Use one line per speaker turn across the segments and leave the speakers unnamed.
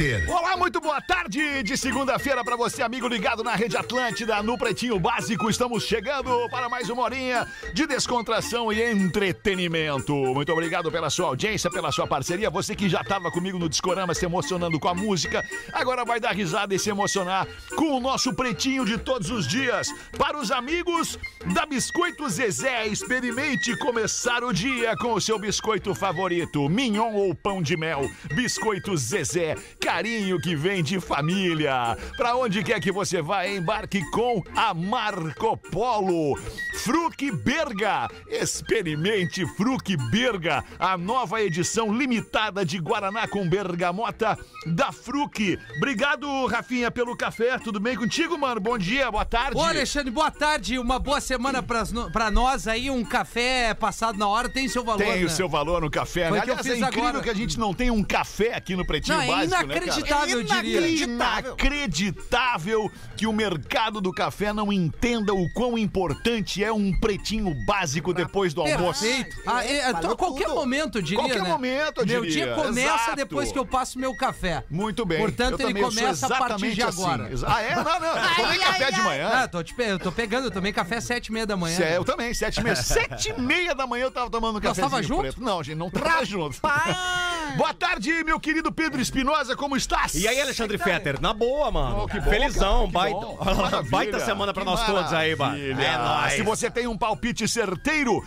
Fetter.
Olá, muito boa tarde de segunda-feira para você, amigo ligado na Rede Atlântida, no Pretinho Básico. Estamos chegando para mais uma horinha de descontração e entretenimento. Muito obrigado pela sua audiência, pela sua parceria. Você que já estava comigo no Discorama se emocionando com a música, agora vai dar risada e se emocionar com o nosso Pretinho de todos os dias. Para os amigos da Biscoito Zezé, experimente começar o dia com o seu biscoito favorito, mignon ou pão de mel. Biscoito Zezé, carinho que vem de família. Para onde quer que você vá, embarque com a Marco Polo. Fruc Berga, experimente Fruc Berga, a nova edição limitada de Guaraná com bergamota da Fruc. Obrigado, Rafinha, pelo café. Tudo bem contigo, mano? Bom dia, boa tarde.
Ô, Alexandre, boa tarde. Uma boa semana pras no- pra nós aí. Um café passado na hora tem seu valor.
Tem
né?
o seu valor no café,
Foi
né?
o que eu
Aliás, é
fiz
incrível
agora.
que a gente não tem um café aqui no Pretinho
Não, é
Básico, né, cara?
inacreditável, eu diria.
Inacreditável.
Inacreditável que o mercado do café não entenda o quão importante é um pretinho básico depois do almoço.
Perfeito. Ah, é,
é,
a
falou
qualquer
tudo.
momento, eu diria.
Qualquer
né?
momento, eu
Meu
diria.
dia começa
Exato.
depois que eu passo meu café.
Muito bem.
Portanto,
Eu
ele
também, eu sou
começa a partir
exatamente
de
assim.
agora.
Exa- Ah, é? Não, não. Eu tomei
Ai,
café
ai,
de
ai.
manhã.
Ah, tô te pe- eu tô pegando, eu tomei café às sete e meia da manhã.
É. Cê- é, Eu também, sete e meia. Sete e meia da manhã eu tava tomando um
Nós
cafezinho
tava junto?
preto. Não, gente, não tava junto. Boa tarde, meu querido Pedro Espinosa, como estás?
E aí, Alexandre Fetter, na boa, mano.
Oh, que bom, cara,
Felizão,
que
baita,
bom. Maravilha,
baita semana pra
que
nós todos aí, mano.
maravilha.
É nóis.
Se você tem um palpite certeiro,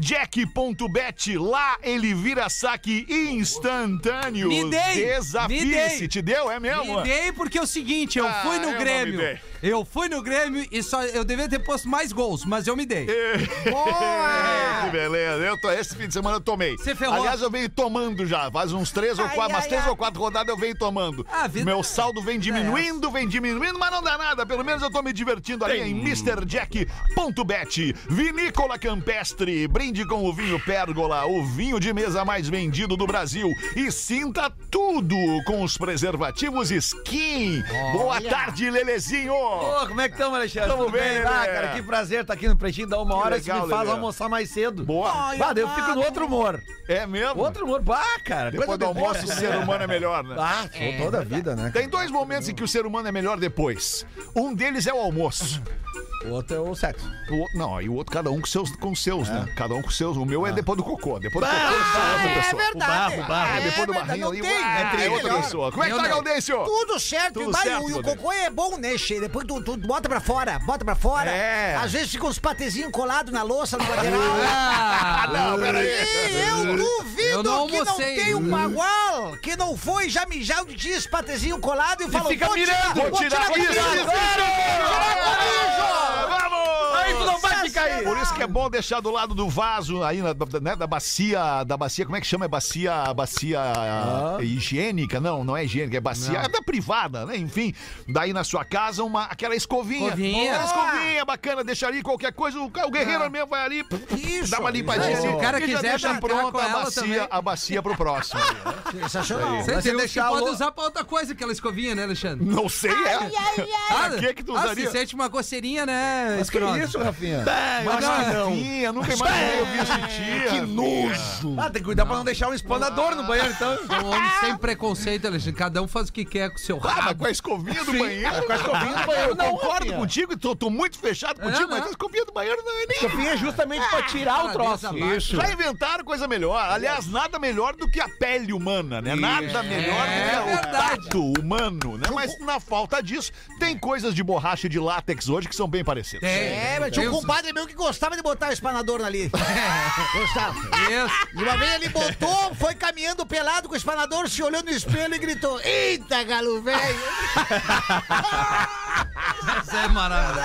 MrJack.bet, lá ele vira saque instantâneo.
Me dei, me
Desafie-se.
dei.
Te deu, é mesmo?
Me dei porque é o seguinte, eu
Ah,
fui
eu
no
não me
Grêmio.
dei.
Eu fui no Grêmio e só eu devia ter posto mais gols, mas eu me dei.
que beleza. Eu tô, esse fim de semana eu tomei.
Ah! Você ferrou.
Aliás, eu venho tomando já. Faz uns três ou quatro, umas três ou quatro rodadas eu venho tomando.
Ah, vida-
Meu saldo vem diminuindo, vem diminuindo, mas não dá nada. Pelo menos eu tô me divertindo ali em MrJack.bet. Vinícola Campestre. Brinde com o vinho Pérgola, o vinho de mesa mais vendido do Brasil. E sinta tudo com os preservativos Skin. Boa tarde, Lelezinho.
Ô, como é que estamos, Alexandre?
Tamo
Tudo
bem,
Ah,
Lelê.
cara, que prazer estar aqui no Pretinho, dá uma
Que
hora, isso
legal,
me faz
Lelê.
almoçar mais cedo.
Boa.
Bah, daí eu fico no outro humor.
É mesmo?
Outro humor, bah, cara.
Depois
coisa
do
de boa.
almoço, o ser humano é melhor, né?
Ah, sou
É,
toda a vida, né?
Tem dois momentos em que o ser humano é melhor depois. Um deles é o almoço.
O outro é o sexo.
O outro- não, e o outro, cada um com seus, com seus né? Cada um com seus. O meu é depois do cocô. Depois do cocô, é outra
Ah. É
pessoa.
verdade.
barro, o barro.
Ah,
É
depois do
verdade,
barrinho
não
ali,
tem.
uá, é,
É
outra
melhor.
pessoa. Como é que tá, Gaudêncio?
Tudo certo,
Tudo
vai,
certo,
e o
Rodrigo.
cocô é bom, né, Che? Depois tu, tu bota pra fora, bota pra fora.
É.
Às vezes fica uns patezinhos colados na louça, no lateral.
Ah,
Não,
E
peraí.
eu duvido
Eu não
que não
almocei.
tem um bagual que não foi já mijar um dia esse patezinho colado e falou,
fica
vou tirar,
mirando.
vou tirar, vou
isso,
tirar,
isso,
vou
isso.
tirar,
Vamos!
Aí tu não vai ficar aí.
Por isso que é bom deixar do lado do vaso aí, na- da- né, da bacia, da bacia, como é que chama? É bacia, bacia higiênica? Não, não é higiênica, é bacia é da privada, né? Enfim, daí na sua casa uma, aquela escovinha.
Escovinha.
Aquela escovinha bacana, deixa ali qualquer coisa, o, ca- o guerreiro mesmo vai ali,
Isso,
dá uma
isso.
limpadinha.
Se o cara
e já
quiser
deixa
brincar com
pronta a
ela
bacia,
também.
a bacia pro próximo.
Sensacional.
Você
Mas
tem
eu
que
já
pode
alô-
usar pra outra coisa aquela escovinha, né, Alexandre?
Não sei, é. Pra que que tu usaria?
Ah, se sente uma coceirinha, né,
Que
Escroto?
isso, Rafinha?
Mas
acho que
escovinha, nunca imaginei eu vi isso Que nojo.
Ah, tem que cuidar pra não deixar um espanador no banheiro, então.
Um homem sem preconceito, Alexandre. Cada um faz o que quer com o seu
Ah, mas
rabo.
com a escovinha do banheiro. Com a escovinha do
banheiro,
Eu
não,
concordo
Rafinha.
contigo, tô, tô muito fechado contigo, mas
não.
a escovinha do banheiro não é nem.
Copinha é justamente pra tirar o troço.
Parabéns,
Isso.
Já inventaram coisa melhor. Aliás, nada melhor do que a pele humana, né? Nada melhor do que
é
o
verdade.
tato humano, né? Mas na falta disso, tem coisas de borracha e de látex hoje que são bem parecidas.
É, mas tinha um compadre meu que gostava de botar o espanador ali. Gostava.
Isso.
E uma vez ele botou, foi caminhando pelado com o espanador, se olhou no espelho e gritou: Eita, galo velho!
Isso é maravilhoso.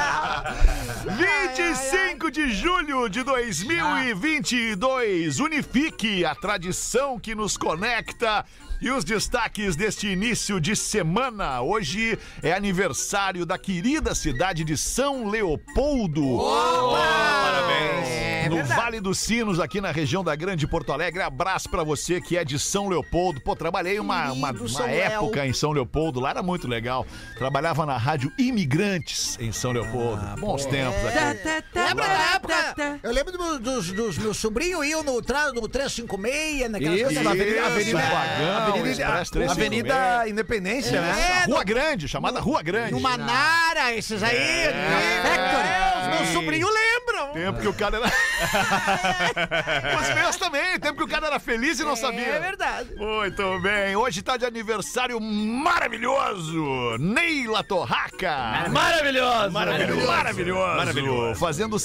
25 de julho de 2022. Unifique a tradição que nos conecta. E os destaques deste início de semana. Hoje é aniversário da querida cidade de São Leopoldo. Oh, Parabéns.
É
no
verdade.
Vale dos Sinos, aqui na região da Grande Porto Alegre. Abraço pra você que é de São Leopoldo. Pô, trabalhei uma, uma,
Querido
uma
São Léo.
época em São Leopoldo, lá era muito legal. Trabalhava na rádio Imigrantes em São Leopoldo.
Ah,
Bons tempos
É,
aqui.
tá Lembra da época? Eu lembro do meu- dos, dos meus sobrinhos iam no, tra... no 356, naquela
Isso, na Avenida,
Isso,
tá Avenida,
Vagão,
Avenida,
Express 356.
Avenida Independência, né?
É,
Rua Grande, chamada Rua Grande.
no Manara, esses aí. É, é, os meus sobrinhos lembram.
Tempo que o cara era. Os meus também, tempo que o cara era feliz e não sabia.
É verdade.
Muito bem, hoje tá de aniversário maravilhoso, Neila Torraca.
Maravilhoso!
Maravilhoso. Maravilhoso. Fazendo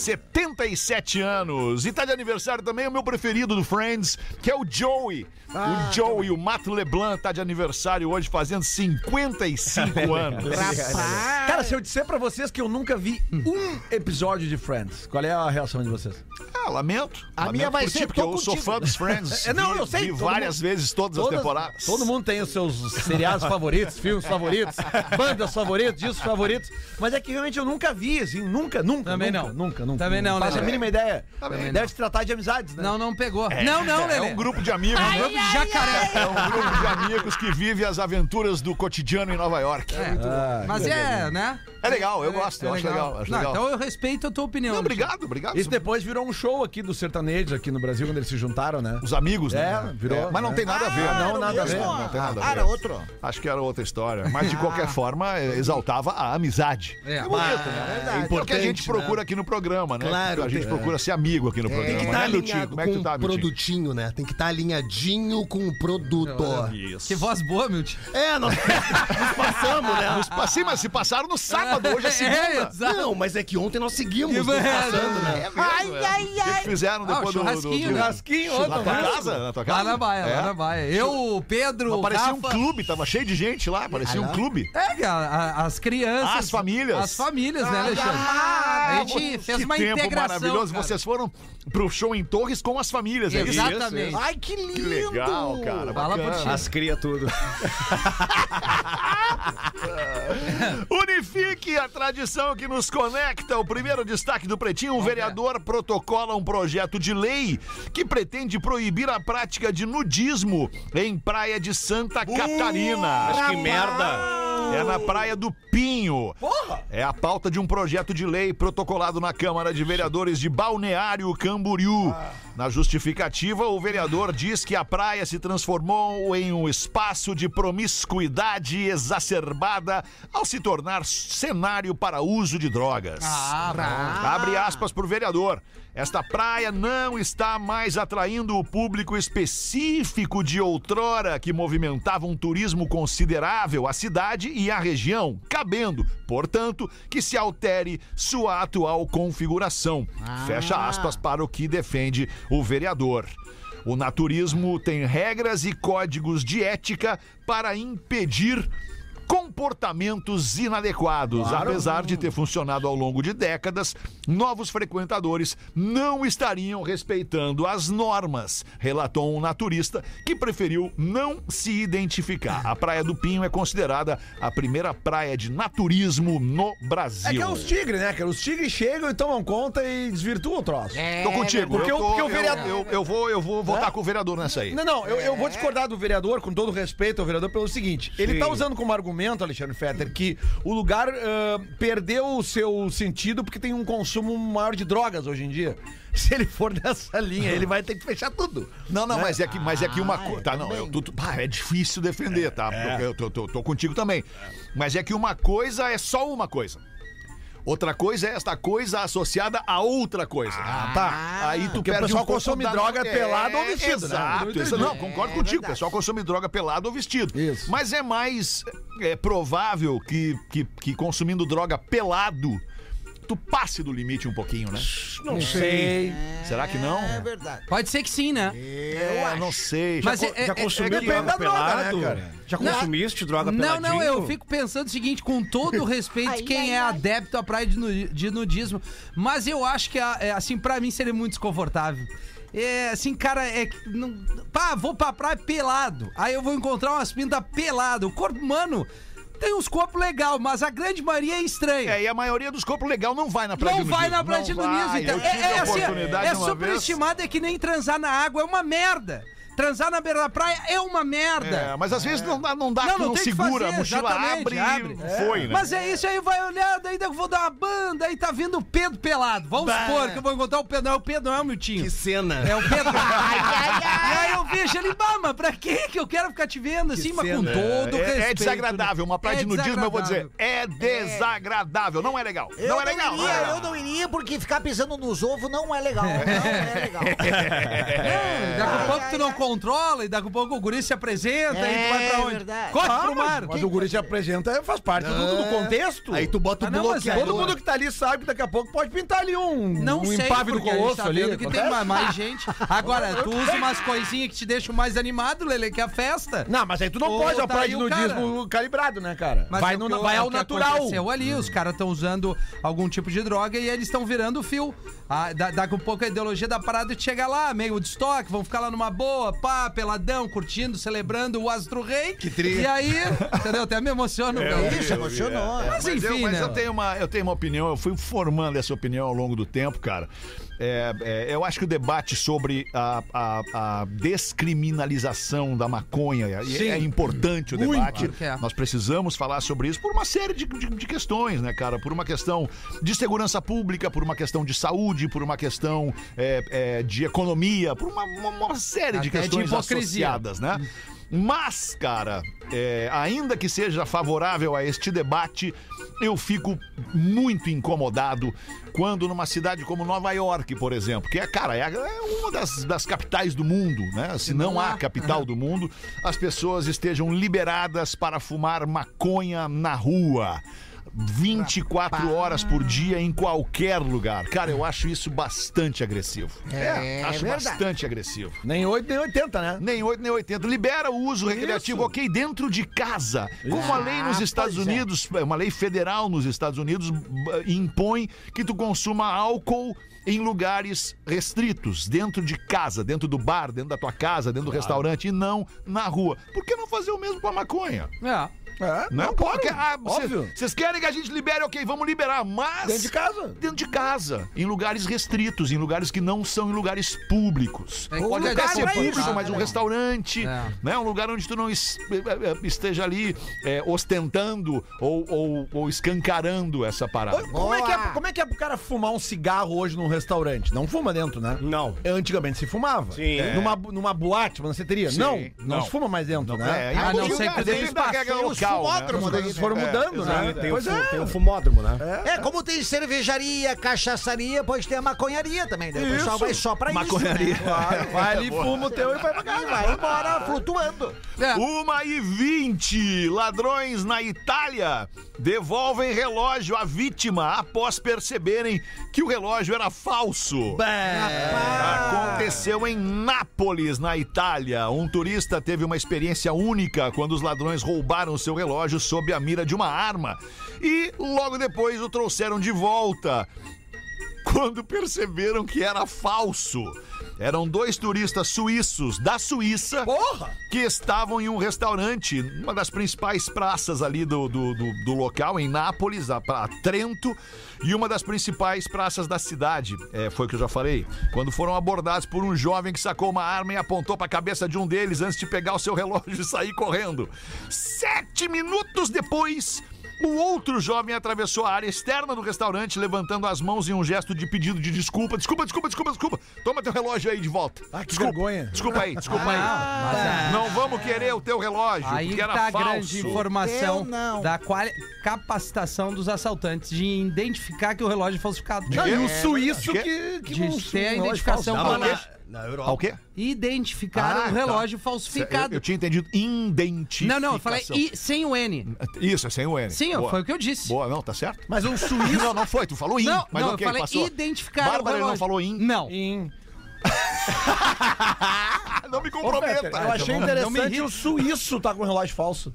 77 anos. E tá de aniversário também o meu preferido do Friends, que é o Joey. o Joey, o Mato Leblanc, tá de aniversário hoje, fazendo 55 anos.
Rapaz.
Cara, se eu disser pra vocês que eu nunca vi um episódio de Friends, qual é a reação de vocês?
Ah, lamento.
A
Lamento
minha vai
por
ser,
ti, porque
tô
eu sou
contigo.
fã dos Friends.
É, não,
Vi-
eu sei,
Vi
todo
várias
mundo-
vezes todas, as temporadas.
Todo mundo tem os seus seriados favoritos, filmes favoritos, bandas favoritas, discos favoritos. Mas é que realmente eu nunca vi, assim, nunca, nunca.
Também
nunca,
não.
Nunca, nunca.
Também não,
Faz
né?
a mínima ideia. É,
não.
Deve se tratar de amizades, né?
Não, não pegou. Não, não,
É
Lelê.
um grupo de amigos, né?
Grupo de jacaré.
É um grupo de amigos que vive as aventuras do cotidiano em Nova York. É,
Ah,
Mas é, né? é
legal, eu gosto, eu acho legal. acho
Não,
legal.
Então eu respeito a tua opinião.
Não, obrigado, obrigado.
Isso depois virou um show aqui dos sertanejos aqui no Brasil, quando eles se juntaram, né?
Os amigos, né?
É, virou,
mas não
né?
tem nada a ver.
Ah,
né?
não, nada a ver.
Não tem nada a ver.
Ah, era outro.
Acho que era outra história. Mas de qualquer forma, eh, exaltava a amizade.
Ah. É,
É bonito, né? É, o que a gente procura aqui no programa, né?
Claro,
a gente
tem-
procura ser amigo aqui no
É.
programa.
Tem que
né,
estar
Miltinho?
alinhado
Como é que tu
com
tá,
o
Miltinho?
produtinho, né? Tem que estar alinhadinho com o produto.
Que voz boa, meu tio.
É, nós nos passamos, né?
Nos passei, mas se passaram no sábado, hoje é segunda.
É, exato.
Não, mas é que ontem nós seguimos
Que
nos passando, né?
Ai, ai,
O que que
ai.
fizeram
Ah, o
depois do- do,
churrasquinho,
do-
né?
Churrasquinho, outro.
Na tua casa? Na tua
Lá
casa?
na Baia,
É.
lá na Baia. Eu, o Pedro,
Mas
o
parecia
Rafa...
um clube, tava cheio de gente lá, parecia um clube.
É, que a- a- as crianças.
As famílias. Ah, tá.
As famílias, né, Alexandre? a gente fez
que
uma
tempo
integração.
maravilhoso.
cara.
Vocês foram pro show em Torres com as famílias, é isso?
Exatamente.
Ai, que lindo.
Que legal, cara.
Fala por ti.
bacana.
As
cria tudo.
Unifique a tradição que nos conecta. O primeiro destaque do Pretinho: um vereador protocola um projeto de lei que pretende proibir a prática de nudismo em praia de Santa Catarina.
Que merda.
É na Praia do Pinho. Porra! É a pauta de um projeto de lei protocolado na Câmara de Vereadores de Balneário Camboriú. Na justificativa, o vereador diz que a praia se transformou em um espaço de promiscuidade exacerbada ao se tornar cenário para uso de drogas.
Ah, bom.
Abre aspas para o vereador. Esta praia não está mais atraindo o público específico de outrora que movimentava um turismo considerável à cidade e à região, cabendo, portanto, que se altere sua atual configuração. Fecha aspas para o que defende o vereador. O naturismo tem regras e códigos de ética para impedir comportamentos inadequados. Apesar de ter funcionado ao longo de décadas, novos frequentadores não estariam respeitando as normas, relatou um naturista que preferiu não se identificar. A Praia do Pinho é considerada a primeira praia de naturismo no Brasil.
É que é os tigres, né? cara? Os tigres chegam e tomam conta e desvirtuam o troço.
Tô contigo.
É, Porque
eu,
o-
tô-
porque o
eu-
vereador-
eu, eu vou, eu vou votar com o vereador nessa aí.
Não, não, eu,
É.
eu vou discordar do vereador, com todo respeito ao vereador, pelo seguinte: ele tá usando como argumento, Alexandre Fetter, que o lugar ah, perdeu o seu sentido porque tem um consumo maior de drogas hoje em dia. Se ele for nessa linha, ele vai ter que fechar tudo.
Não,
Né?
não, mas é que, mas é que uma
Ah,
coisa. Tá, não, eu, tu, tu- pá, é difícil defender, tá?
É.
Eu, eu tô- tô- tô contigo também. Mas é que uma coisa é só uma coisa. Outra coisa é esta coisa associada a outra coisa. Ah, tá. Aí tu
o
perde
pessoal
um pouco
consome
da-
droga pelado ou vestido, né?
Exato.
Eu
exa- Não, concordo contigo. O pessoal consome droga pelado ou vestido.
Isso.
Mas é mais é, provável que, que, que consumindo droga pelado, tu passe do limite um pouquinho, né?
Não sei.
Será que não?
É verdade.
Pode ser que sim, né?
Eu não sei.
Mas
Já
é- é-
Depende da droga, né, cara?
Já
Não.
consumiste droga
Não,
peladinho?
não, eu fico pensando o seguinte, com todo o respeito de quem é adepto à praia de, nu- de nudismo, mas eu acho que, a- é, assim, pra mim seria muito desconfortável. É, assim, cara, é que não, pá, vou pra praia pelado, aí eu vou encontrar umas pintas pelado, o corpo humano... tem uns corpos legal, mas a grande maioria é estranha.
É, e a maioria dos corpos legal não vai na praia
Não
de
vai
nudismo.
na praia de
Não
nudismo,
vai.
então.
Eu
É,
tive
é,
a
assim,
oportunidade
é
uma vez.
superestimado, é que nem transar na água, é uma merda. Transar na beira da praia é uma merda.
É, mas às vezes não dá, não dá
Não,
que
não
não
tem o que
Tá segura,
fazer,
a mochila abre,
exatamente, abre.
e foi, né?
Mas é isso aí, vai olhar, daí eu vou dar uma banda, aí tá vindo o Pedro pelado. Vamos supor que eu vou encontrar o Pedro. Não, é o Pedro, não é o Miltinho.
Que cena.
É o Pedro. e aí eu vejo ele, "Bah, mas pra que que eu quero ficar te vendo assim, mas com todo o
É-
respeito. né?"
é, desagradável, uma praia
É
de nudismo, eu vou dizer,
desagradável.
é desagradável, não é legal.
Eu
não é legal. não
iria,
é legal.
Eu não iria porque ficar pisando nos ovos não é legal. Não é legal.
É, daqui a pouco tu não controla, e daqui a pouco o guri se apresenta, e tu vai pra
É
onde?
verdade.
Corre pro mar.
Mas o guri se apresenta, faz parte do, do contexto.
Aí tu bota o
Ah, não, mas
bloqueador.
Todo mundo que tá ali sabe que daqui a pouco pode pintar ali um,
Não
um
sei,
empave do
porque a gente
colosso
tá
ali. né?
vendo que tem
acontece?
mais, mais gente. Agora, tu usa umas coisinhas que te deixam mais animado, Lele, que é a festa.
Não, mas aí tu não
Ô,
pode
tá
a praia
aí
de
o cara.
nudismo calibrado, né, cara?
Mas
vai
é o
no-
que-
vai
é o
ao
que
natural.
aconteceu ali, os caras estão usando algum tipo de droga e eles estão virando o fio. Ah, da- daqui um pouco a ideologia da parada de chegar lá, meio de estoque, vão ficar lá numa boa, pá, peladão, curtindo, celebrando o astro rei. Que
tri.
E aí, entendeu? Até me emociono. cara.
É,
É.
Isso, é emocionou.
Mas
Mas, eu,
enfim,
mas
né?
eu, tenho uma, eu tenho uma opinião, eu fui formando essa opinião ao longo do tempo, cara. É, é, eu acho que o debate sobre a, a- a descriminalização da maconha é, é importante o debate.
Claro que é.
Nós precisamos falar sobre isso por uma série de, de- de questões, né, cara? Por uma questão de segurança pública, por uma questão de saúde, por uma questão é, é, de economia, por uma, uma- uma série de
Até de
questões
hipocrisia.
associadas piadas, né? Mas, cara, é, ainda que seja favorável a este debate, eu fico muito incomodado quando numa cidade como Nova York, por exemplo, que é, cara, é, é uma das, das capitais do mundo, né? Se não há capital do mundo, as pessoas estejam liberadas para fumar maconha na rua. 24 horas por dia em qualquer lugar. Cara, eu acho isso bastante agressivo.
É,
acho
é verdade.
bastante agressivo.
Nem 8, nem 80, né?
Nem 8, nem 80. Libera o uso recreativo, ok, dentro de casa. Como a lei nos
Ah,
Estados
pois é.
Unidos, é uma lei federal nos Estados Unidos, b- impõe que tu consuma álcool em lugares restritos, dentro de casa, dentro do bar, dentro da tua casa, dentro do restaurante e não na rua. Por que não fazer o mesmo com a maconha?
É.
É,
Não,
claro,
porque, ah, cê-
óbvio.
Vocês querem que a gente libere, ok, vamos liberar, mas.
Dentro de casa.
Dentro de casa, em lugares restritos, em lugares que não são em lugares públicos.
É, que
Pode
lugar
até ser
pra
público,
isso,
mas
né?
um restaurante,
É.
né? Um lugar onde tu não es- eh, eh, esteja ali eh, ostentando ou, ou- ou escancarando essa parada.
Como é, que é, como é que é pro cara fumar um cigarro hoje num restaurante? Não fuma dentro, né?
Não.
Antigamente se fumava.
Sim.
É. Numa, numa boate, uma lanceteria.
Sim.
Não, não,
Não.
se fuma mais dentro, né?
É, em
Ah,
alguns
não, sei que é
lugares,
tem
depende da regra
espacinho,
local, né?
fumódromo,
As coisas
É,
foram mudando, né?
Tem,
Pois
o, fu-
é.
tem o fumódromo, né?
É, como tem cervejaria, cachaçaria, pode ter a maconharia também.
né?
Daí o pessoal vai só pra
Maconharia.
isso.
Vai, vai ali, fuma o teu e vai pra
Maconharia.
casa.
Vai embora flutuando.
É.
Uma e vinte. Ladrões na Itália devolvem relógio à vítima após perceberem que o relógio era falso. Aconteceu em Nápoles, na Itália. Um turista teve uma experiência única quando os ladrões roubaram seu relógio sob a mira de uma arma e logo depois o trouxeram de volta quando perceberam que era falso. Eram dois turistas suíços da Suíça
Porra!
que estavam em um restaurante, uma das principais praças ali do, do, do- do local, em Nápoles, a, pra- Trento, e uma das principais praças da cidade. É, foi o que eu já falei. Quando foram abordados por um jovem que sacou uma arma e apontou para a cabeça de um deles antes de pegar o seu relógio e sair correndo. Sete minutos depois. O outro jovem atravessou a área externa do restaurante, levantando as mãos em um gesto de pedido de desculpa. Desculpa, desculpa, desculpa, desculpa. Toma teu relógio aí de volta.
Ah, que
desculpa,
vergonha.
Desculpa aí, desculpa aí. Não vamos querer o teu relógio,
Ah. Aí
porque era
tá a
falso.
grande informação
Eu não.
da quali- capacitação dos assaltantes de identificar que o relógio é falsificado.
Não, e
quê?
o suíço
De quê?
que, que
De
não-
ter a
não é
identificação
falso.
com
Não,
a-
mas-
Na Europa.
Ah, o quê?
Identificar
Ah,
o relógio
Eu,
falsificado.
eu tinha entendido identificação.
Não, não, eu falei I sem o N.
Isso, é sem o N.
Sim,
Boa.
foi o que eu disse.
Boa, não, tá certo?
Mas um suíço.
Não, não foi, tu falou in,
Não,
mas
não,
ok,
eu falei
passou.
identificar
Bárbara,
o
ele
relógio.
não falou in.
Não.
Ah, não me
Ô, Peter,
comprometa.
eu achei
não me
é interessante
irrita.
o suíço tá com um relógio falso.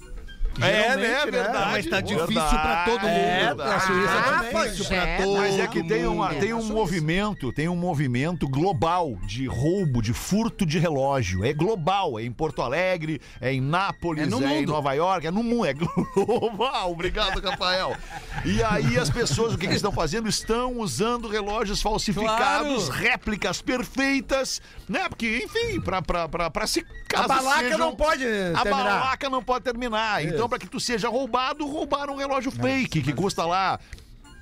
É,
Geralmente,
né? É
né?
verdade.
Mas tá difícil
pra todo mundo.
É, a Suíça
tá
Ah,
também.
pois
Isso pra
é.
todo
Mas é que tem, uma,
mundo.
tem um movimento, tem um movimento global de roubo, de furto de relógio. É global, é em Porto Alegre, é em Nápoles,
É
é,
no
em
mundo.
Nova York, é no mundo, é global. Obrigado, Rafael. E aí as pessoas, o que, que estão fazendo? Estão usando relógios falsificados,
Claro.
réplicas perfeitas, né? Porque, enfim, pra, pra, pra, pra se
A
caso
balaca
sejam-
não pode
a
terminar.
balaca não pode terminar. Então, pra que tu seja roubado, roubaram um relógio fake, que custa lá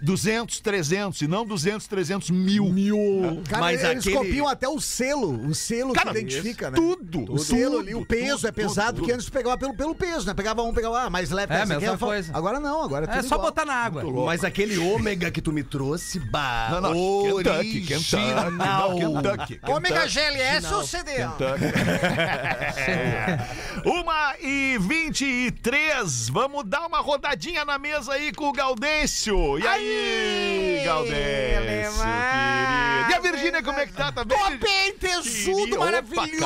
200, 300, e não 200, 300 mil. Mil.
Cara,
Mas
eles
aquele-
copiam até o selo, o selo
Cara,
que identifica, né?
tudo,
O selo
tudo,
ali, o peso
tudo,
é pesado,
tudo,
porque antes pegava pelo, pelo peso, né? Pegava um, pegava ah, mais leve,
É,
essa aqui
mesma
eu falo-
coisa.
Agora não, agora é tudo
É só
igual.
botar na água.
Mas aquele ômega que tu me trouxe, bah,
Não, não, Kentucky, Kentucky, não, Kentucky,
Ômega GLS ou CDA?
Uma e 23. Vamos dar uma rodadinha na mesa aí com o Gaudêncio. E aí,
Aí,
Gaudêncio, querido. E a Virgínia, como é que tá? Tá bem?
Tô
Virgínia?
bem
Queria-
tesudo,
Opa,
maravilhoso!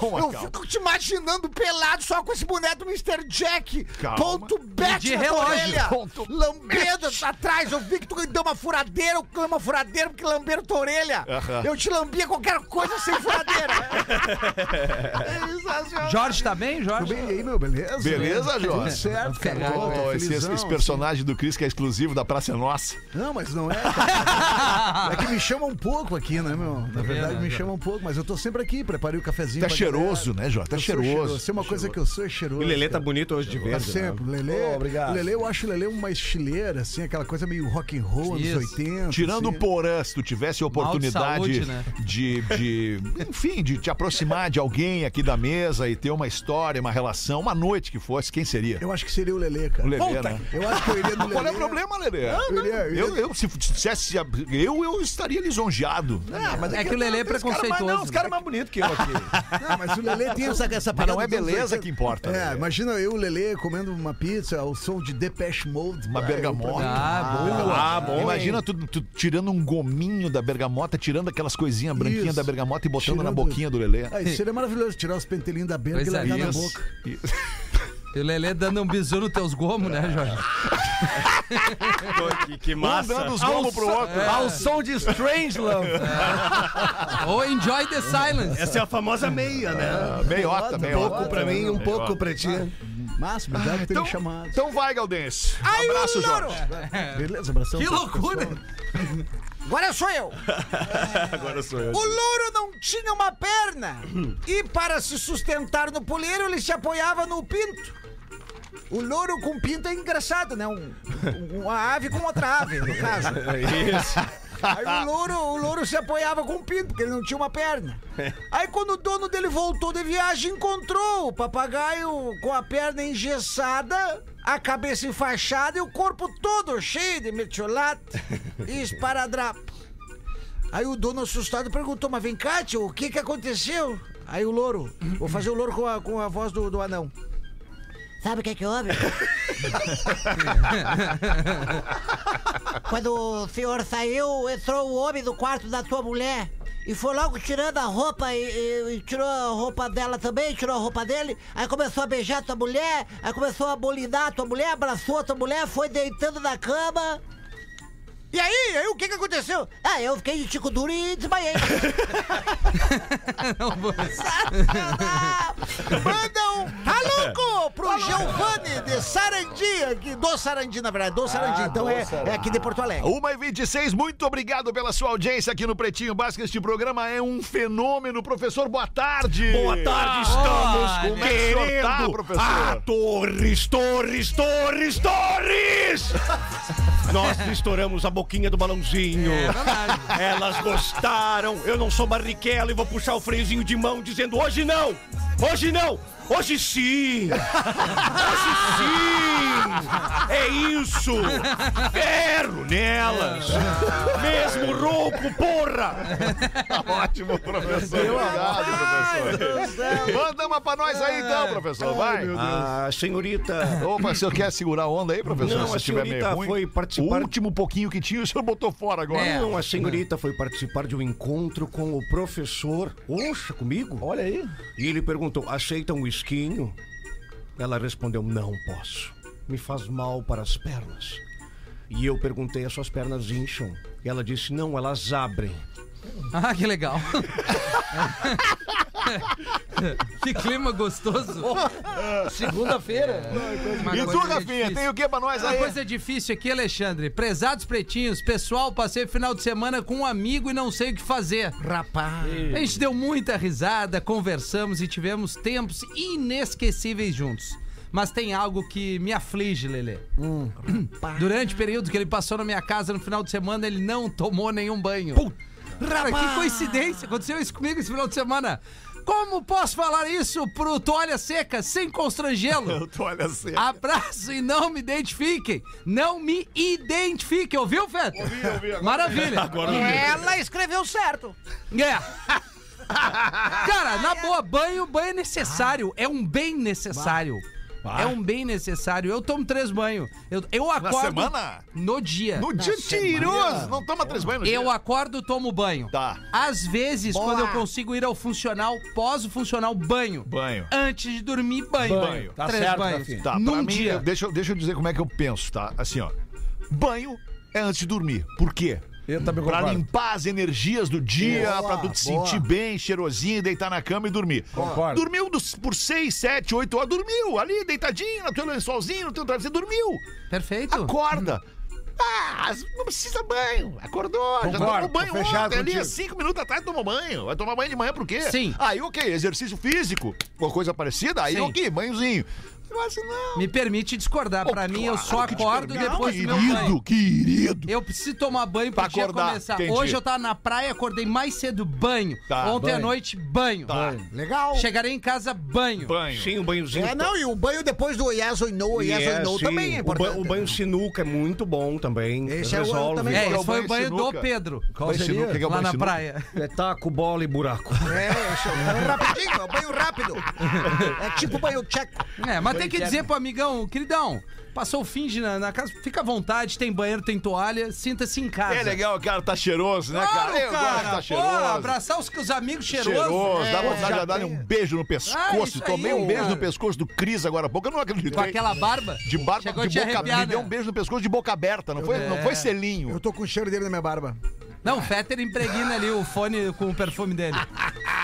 calma,
Eu
calma.
fico te imaginando pelado só com esse boneco do Mr. Jack.
Calma.
Ponto bet
de
na tua
relógio.
orelha.
Ponto
Lambendo atrás. Eu vi que tu deu uma furadeira, eu dei uma furadeira porque lamberam tua orelha.
Aham.
Eu te lambia qualquer coisa sem furadeira. é sensacional.
Jorge tá bem,
Tudo
Jorge?
bem aí, meu, beleza?
Beleza,
Tudo
Jorge?
certo, cara.
Ferrado.
Tô- tô
Ô, esse,
felizão,
esse personagem do Cris que é exclusivo da Praça é Nossa.
assim. Não, mas não é. cara. É que me chama um pouco aqui, né, meu?
Tá
Na verdade,
né,
me chama um pouco, mas eu tô sempre aqui, preparei o cafezinho.
Tá
pra
cheiroso,
galera.
né, Jorge? Tá
Eu sou
cheiroso.
Se é uma coisa que eu sou, é cheiroso.
O Lelê tá
cara.
bonito hoje de
Tá
né?
verde.
sempre. Lelê,
Oh, obrigado.
Lelê, eu acho o Lelê uma estileira, assim, aquela coisa meio rock and roll, anos
Isso.
80.
Tirando o
assim.
Porã, se tu tivesse a oportunidade de,
saúde, né?
de- Enfim, de te aproximar de alguém aqui da mesa e ter uma história, uma relação, uma noite que fosse, quem seria?
Eu acho que seria o Lelê,
O
cara.
Lelê, né?
Eu acho que eu iria no Lelê.
Qual é o problema, Lelê?
não.
Eu, eu, se dissesse, eu, eu estaria lisonjeado.
Ah, mas
É que o Lelê é preconceituoso.
Não, os
né?
caras mais bonitos que eu aqui.
Não, ah, mas o Lelê tem essa, essa
Mas não
pegada
é
dos anos
beleza
80.
que importa,
É,
né?
imagina eu, o Lelê, comendo uma pizza ao som de Depeche Mode. é,
Uma
pá,
bergamota.
Ah, boa.
Ah, bom. Imagina tu, tu tirando um gominho da bergamota, tirando aqulas coisinhas branquinhas
Isso.
da bergamota e botando na
Tirando-
boquinha do Lelê.
eu- Ah, isso seria maravilhoso, tirar os pentelinhos da berga e
Pois é.
largar na
Isso.
boca.
E o Lelê dando um bisu nos teus gomos, né, Jorge?
Que, que
Um
massa.
dando os gomos pro outro.
É.
Ao som de Strange Love.
Ou enjoy the silence.
Essa é a famosa meia, né?
Meiota,
Um
meiota. Ah.
pouco pra mim, um pouco pra ti.
Mas, obrigado por ter me chamado.
Então vai, Galdense. Um abraço, Jorge.
Beleza, abração.
Que
pra todos,
loucura!
pessoal.
Agora sou eu.
Agora sou eu.
O louro não tinha uma perna. E para se sustentar no puleiro, ele se apoiava no pinto. O louro com pinto é engraçado, né? Um, um- uma ave com outra ave, no caso.
É
Isso.
Aí o louro, o louro se apoiava com o pinto, porque ele não tinha uma perna. Aí quando o dono dele voltou de viagem, encontrou o papagaio com a perna engessada, a cabeça enfaixada e o corpo todo cheio de metiolate e esparadrapo. Aí o dono assustado perguntou, mas vem cá, tio, o que que aconteceu? Aí o louro, vou fazer o louro com a, com a voz do, do anão.
Sabe o que é que houve? Quando o senhor saiu, entrou o homem do quarto da sua mulher e foi logo tirando a roupa e, e- e tirou a roupa dela também, tirou a roupa dele, aí começou a beijar a tua mulher, aí começou a bolinar a tua mulher, abraçou a tua mulher, foi deitando na cama.
E aí, aí o que que aconteceu?
Ah, eu fiquei de tico duro e desmaiei.
Manda um tá louco pro Giovanni de Sarandi, aqui, do Sarandi, na verdade, do Sarandi. então é, é aqui de Porto Alegre.
1 e 26 muito obrigado pela sua audiência aqui no Pretinho Básico. Este programa é um fenômeno. Professor, boa tarde.
Boa tarde, estamos
olha.
Como é que o senhor tá, professor?
Ah, Torres, Torres, Torres, Torres! Nós estouramos a boquinha do balãozinho.
É verdade.
Elas gostaram. Eu não sou barriquela e vou puxar o freiozinho de mão dizendo hoje não! Hoje não! Hoje sim! Hoje sim! É isso! Ferro nelas! Mesmo rouco, porra!
Ótimo, professor. Obrigado, professor. Manda uma pra nós aí então, professor. Vai.
Ah, senhorita...
Opa, o senhor quer segurar a onda aí, professor?
Não,
se
a
estiver meio
senhorita
ruim.
foi participar-
O último pouquinho que tinha, o senhor botou fora agora.
É.
Não, então a senhorita foi participar de um encontro com o professor. Oxa, comigo?
Olha aí.
E ele perguntou: aceitam um whiskinho? Ela respondeu: Não posso. Me faz mal para as pernas. E eu perguntei: As suas pernas incham? Ela disse: Não, elas abrem.
Ah, que legal. que clima gostoso.
Segunda-feira.
Uma
E tu,
é
coisa
Rafinha,
difícil.
tem o que pra nós
Uma
aí?
coisa difícil aqui, Alexandre. Prezados pretinhos, pessoal, passei o final de semana com um amigo e não sei o que fazer.
Rapaz.
A gente deu muita risada, conversamos e tivemos tempos inesquecíveis juntos. Mas tem algo que me aflige, Lelê. Durante o período que ele passou na minha casa no final de semana, ele não tomou nenhum banho. Cara, que coincidência! Aconteceu isso comigo esse final de semana. Como posso falar isso pro Toalha Seca sem constrangê-lo?
Olha assim.
Abraço e não me identifiquem! Não me identifiquem, ouviu, Feta? Ouvi, ouvi. Maravilha!
Ela escreveu certo.
É. Cara, na boa, banho, banho é necessário. É um bem necessário. É um bem necessário. Eu tomo três banhos. Eu, eu acordo.
semana?
No dia.
No dia tiroso! Não toma três banhos no
Eu
dia.
acordo, tomo banho.
Tá.
Às vezes, quando eu consigo ir ao funcional, pós o funcional, banho.
Banho.
Antes de dormir, banho.
Banho.
Tá
Três
certo,
banhos.
Rafinha.
Tá, pra
Num
mim,
dia.
eu- Deixa, eu- deixa eu dizer como é que eu penso, tá? Assim, ó. Banho é antes de dormir. Por quê?
Eu também
Pra
concordo.
limpar as energias do dia, pra tu te sentir bem, cheirosinho, deitar na cama e dormir.
Concordo.
Dormiu dos- por 6, 7, 8 horas, dormiu ali, deitadinho, no teu lençolzinho, no teu travesseiro, dormiu.
Perfeito?
Acorda. Ah, não precisa banho. Acordou, já tomou banho
tô fechado
ontem, ali,
contigo.
cinco minutos atrás tomou banho. Vai tomar banho de manhã por quê?
Sim.
Aí, ok, exercício físico, ou coisa parecida, aí,
Sim.
ok, banhozinho. Mas não.
Me permite discordar.
Pô,
pra mim, eu
Oh, claro
só
que te
acordo
permito,
depois do meu
Querido,
banho.
querido.
Eu preciso tomar banho pra
Pra
dia
acordar,
começar.
entendi.
Hoje eu tava na praia, acordei mais cedo, banho.
Tá,
Ontem à noite, banho.
Legal.
Chegarei em casa, banho.
Banho.
Sim, um banhozinho.
É, não, e o banho depois do Yes or No, Yes,
E é,
or No
sim,
também é
o, ba-
importante.
o banho sinuca é muito bom também.
Esse é o-
Resolve.
também-
É,
Qual é
esse
o
foi
banho
o banho
sinuca?
do Pedro.
Banho sinuca, o que é o
lá
banho
na
sinuca?
praia.
É taco, bola e buraco.
É, isso é um banho rapidinho, é um banho rápido. É tipo banho tcheco.
É, mas tem que dizer pro amigão, queridão, passou o fim de na, na casa, fica à vontade, tem banheiro, tem toalha, sinta-se em casa.
É legal, cara, tá cheiroso, né,
Claro,
cara? Eu gosto de
cara.
tá cheiroso.
Pô, abraçar os, os amigos cheirosos.
Cheiroso, dá
É,
vontade
já
de dar
tem. Ah,
um beijo no pescoço.
isso
Tomei
aí,
um beijo no
cara.
pescoço do Cris agora há pouco, eu não acreditei.
Com aquela barba.
De barba,
Chegou a
de
te
boca
arrepiar,
me deu
né?
um beijo no pescoço de boca aberta, não foi,
é.
não foi selinho.
Eu tô com o cheiro dele na minha barba.
Não, o Fetter impregna ali o fone com o perfume dele.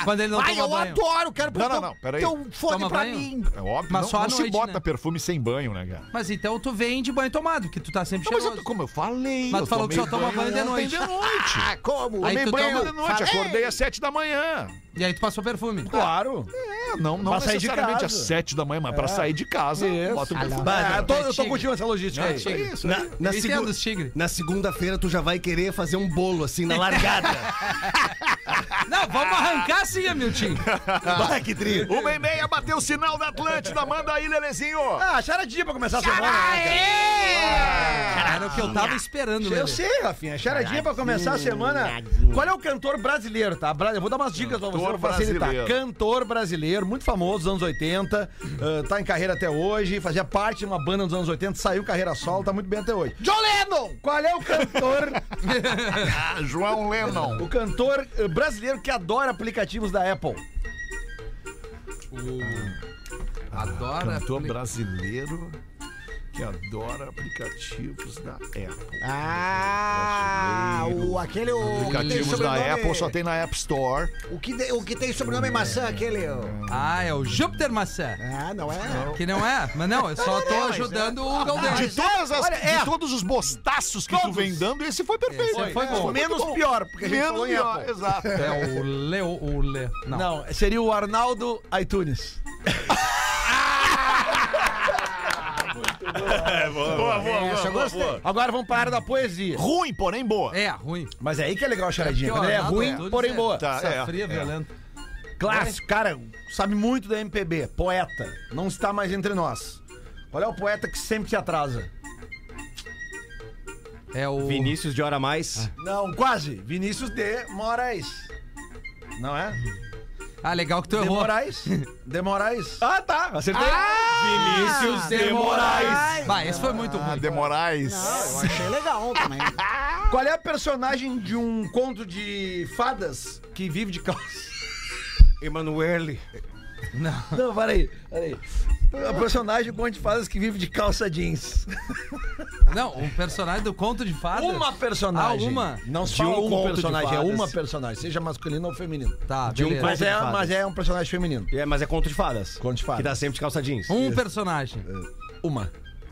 quando ele não
Ai,
toma
eu
banho.
adoro, quero
Não, não, não, peraí.
Então fone
Toma
pra
banho?
mim.
É óbvio,
Mas
não,
só à
não se
noite,
bota
né?
perfume sem banho, né, cara?
Mas então tu vem de banho tomado, porque tu tá sempre
Não, mas
cheiroso.
eu, como eu falei.
Mas
eu
tu falou que
tomei
só toma banho de
ontem
noite.
De noite.
Ah, como?
Aí
tomei
tu
banho
toma-
de noite,
Falei.
acordei às sete da manhã.
E aí tu passou perfume.
Claro.
É, não, não
Pra sair de
necessariamente às
casa. É.
sete da manhã, mas pra sair de casa,
Isso.
bota um perfume.
Ah, eu, tô, eu tô
Chega.
curtindo essa logística aí.
Chega.
Isso,
Na, na
Ele
segu-
tem a dos tigres.
na segunda-feira tu já vai querer fazer um bolo assim na largada.
Não, vamos arrancar sim, Hamilton.
Vai que tri.
Uma e meia, bateu o sinal da Atlântida, manda aí, Lelezinho.
Ah, charadinha pra começar a semana.
é!
né,
Era o que eu tava esperando,
cara?
né?
Eu sei, Rafinha. Charadinha pra começar a semana. Qual é o cantor brasileiro, tá? Bra- Eu vou dar umas dicas pra você pra
Cantor
facilitar.
brasileiro.
Cantor brasileiro, muito famoso dos anos 80, ah, tá em carreira até hoje, fazia parte de uma banda dos anos 80, saiu carreira solo, tá muito bem até hoje.
John Lennon!
Qual é o cantor,
Ah, João Lennon.
o cantor eh, brasileiro que adora aplicativos da Apple?
Adora.
brasileiro que adora aplicativos da Apple.
Ah, o, aquele... O, que tem
Aplicativos
sobrenome-
da Apple só tem na App Store.
O que, de- o que tem sobrenome é maçã, aquele... o-
Ah, é o Júpiter Maçã.
Ah, não é?
Que não é, mas não, eu só tô ajudando o Galdão.
De, todas as,
olha, é.
de todos os bostaços que tu vem dando, esse foi perfeito. É.
Esse foi bom.
Menos pior, porque a gente
Menos
falou em
pior,
Apple.
exato.
É o Leo, o Le... Não.
Não, seria o Arnaldo iTunes.
Boa, boa, boa, boa, boa.
Agora vamos para a área da poesia.
Ruim, porém boa.
É, ruim.
Mas é aí que é legal a charadinha.
Porque o
quando ela é
Arnaldo
ruim,
Antunes
porém
é
boa.
Tá, é,
Safria,
é.
violenta.
Clássico, cara, sabe muito da MPB, poeta, não está mais entre nós. Qual é o poeta que sempre te atrasa?
É o...
Vinícius de hora a mais.
Não, quase. Vinícius de Moraes. Não é?
Ah, legal que tu
De
errou.
Moraes. De Moraes. Ah!
Ah, tá. Acertei.
Vinícius de Moraes. Vai, esse foi muito ruim.
De Moraes.
Eu achei legal também.
Qual é a personagem de um conto de fadas que vive de calça?
Emanuele.
Não.
Não, peraí, peraí. A personagem Conte de Fadas que vive de calça jeans.
Não, um personagem do conto de fadas.
Uma personagem.
Ah, uma.
Não
De
só
um
um
conto de
personagem, é
fadas.
uma personagem, seja masculino ou feminino.
Tá,
De um,
beleza.
mas,
conto de
é,
fadas.
mas é um personagem feminino.
É, mas é conto de fadas.
Conto de fadas. tá
Que dá sempre de calça jeans.
Um personagem.
Uma.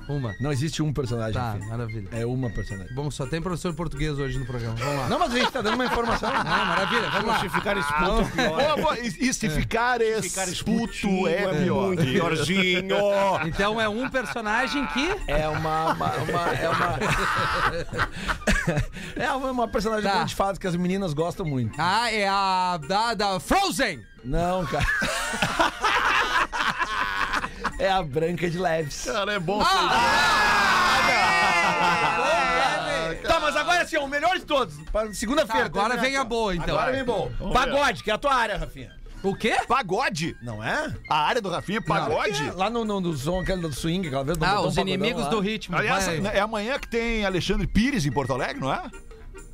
Uma.
Não existe um personagem.
Tá,
filho.
maravilha.
É uma personagem.
Bom, só tem professor de português hoje no programa. Vamos lá.
Não, mas a gente tá dando uma informação.
Ah, maravilha, vamos lá.
Ficar
Ah,
exposto pior.
Boa, boa. E, e se
É.
ficar
Ficar
esputo
esputinho
é pior.
muito piorzinho.
Então é um personagem que.
É uma. uma- uma- é uma. é uma, uma personagem
Tá.
Conte de fadas que as meninas gostam muito.
Ah, é a. da, da Frozen!
Não, cara. é a Branca de Leves.
Cara, é bom
Ah,
Tá, mas agora assim, ó, o melhor de todos. Pra
Tá,
Segunda-feira.
agora vem a boa, então.
Agora vem bom.
Vamos ver.
Pagode, que é a tua área, Rafinha.
O quê? Ah,
Pagode.
Não é?
A área do Rafinha é pagode.
Lá no, no, no som, aquele do swing, aquela vez do
Ah,
botão
os
pagodão
inimigos
um lá.
do ritmo.
Aliás,
vai.
é amanhã que tem Alexandre Pires em Porto Alegre, não é?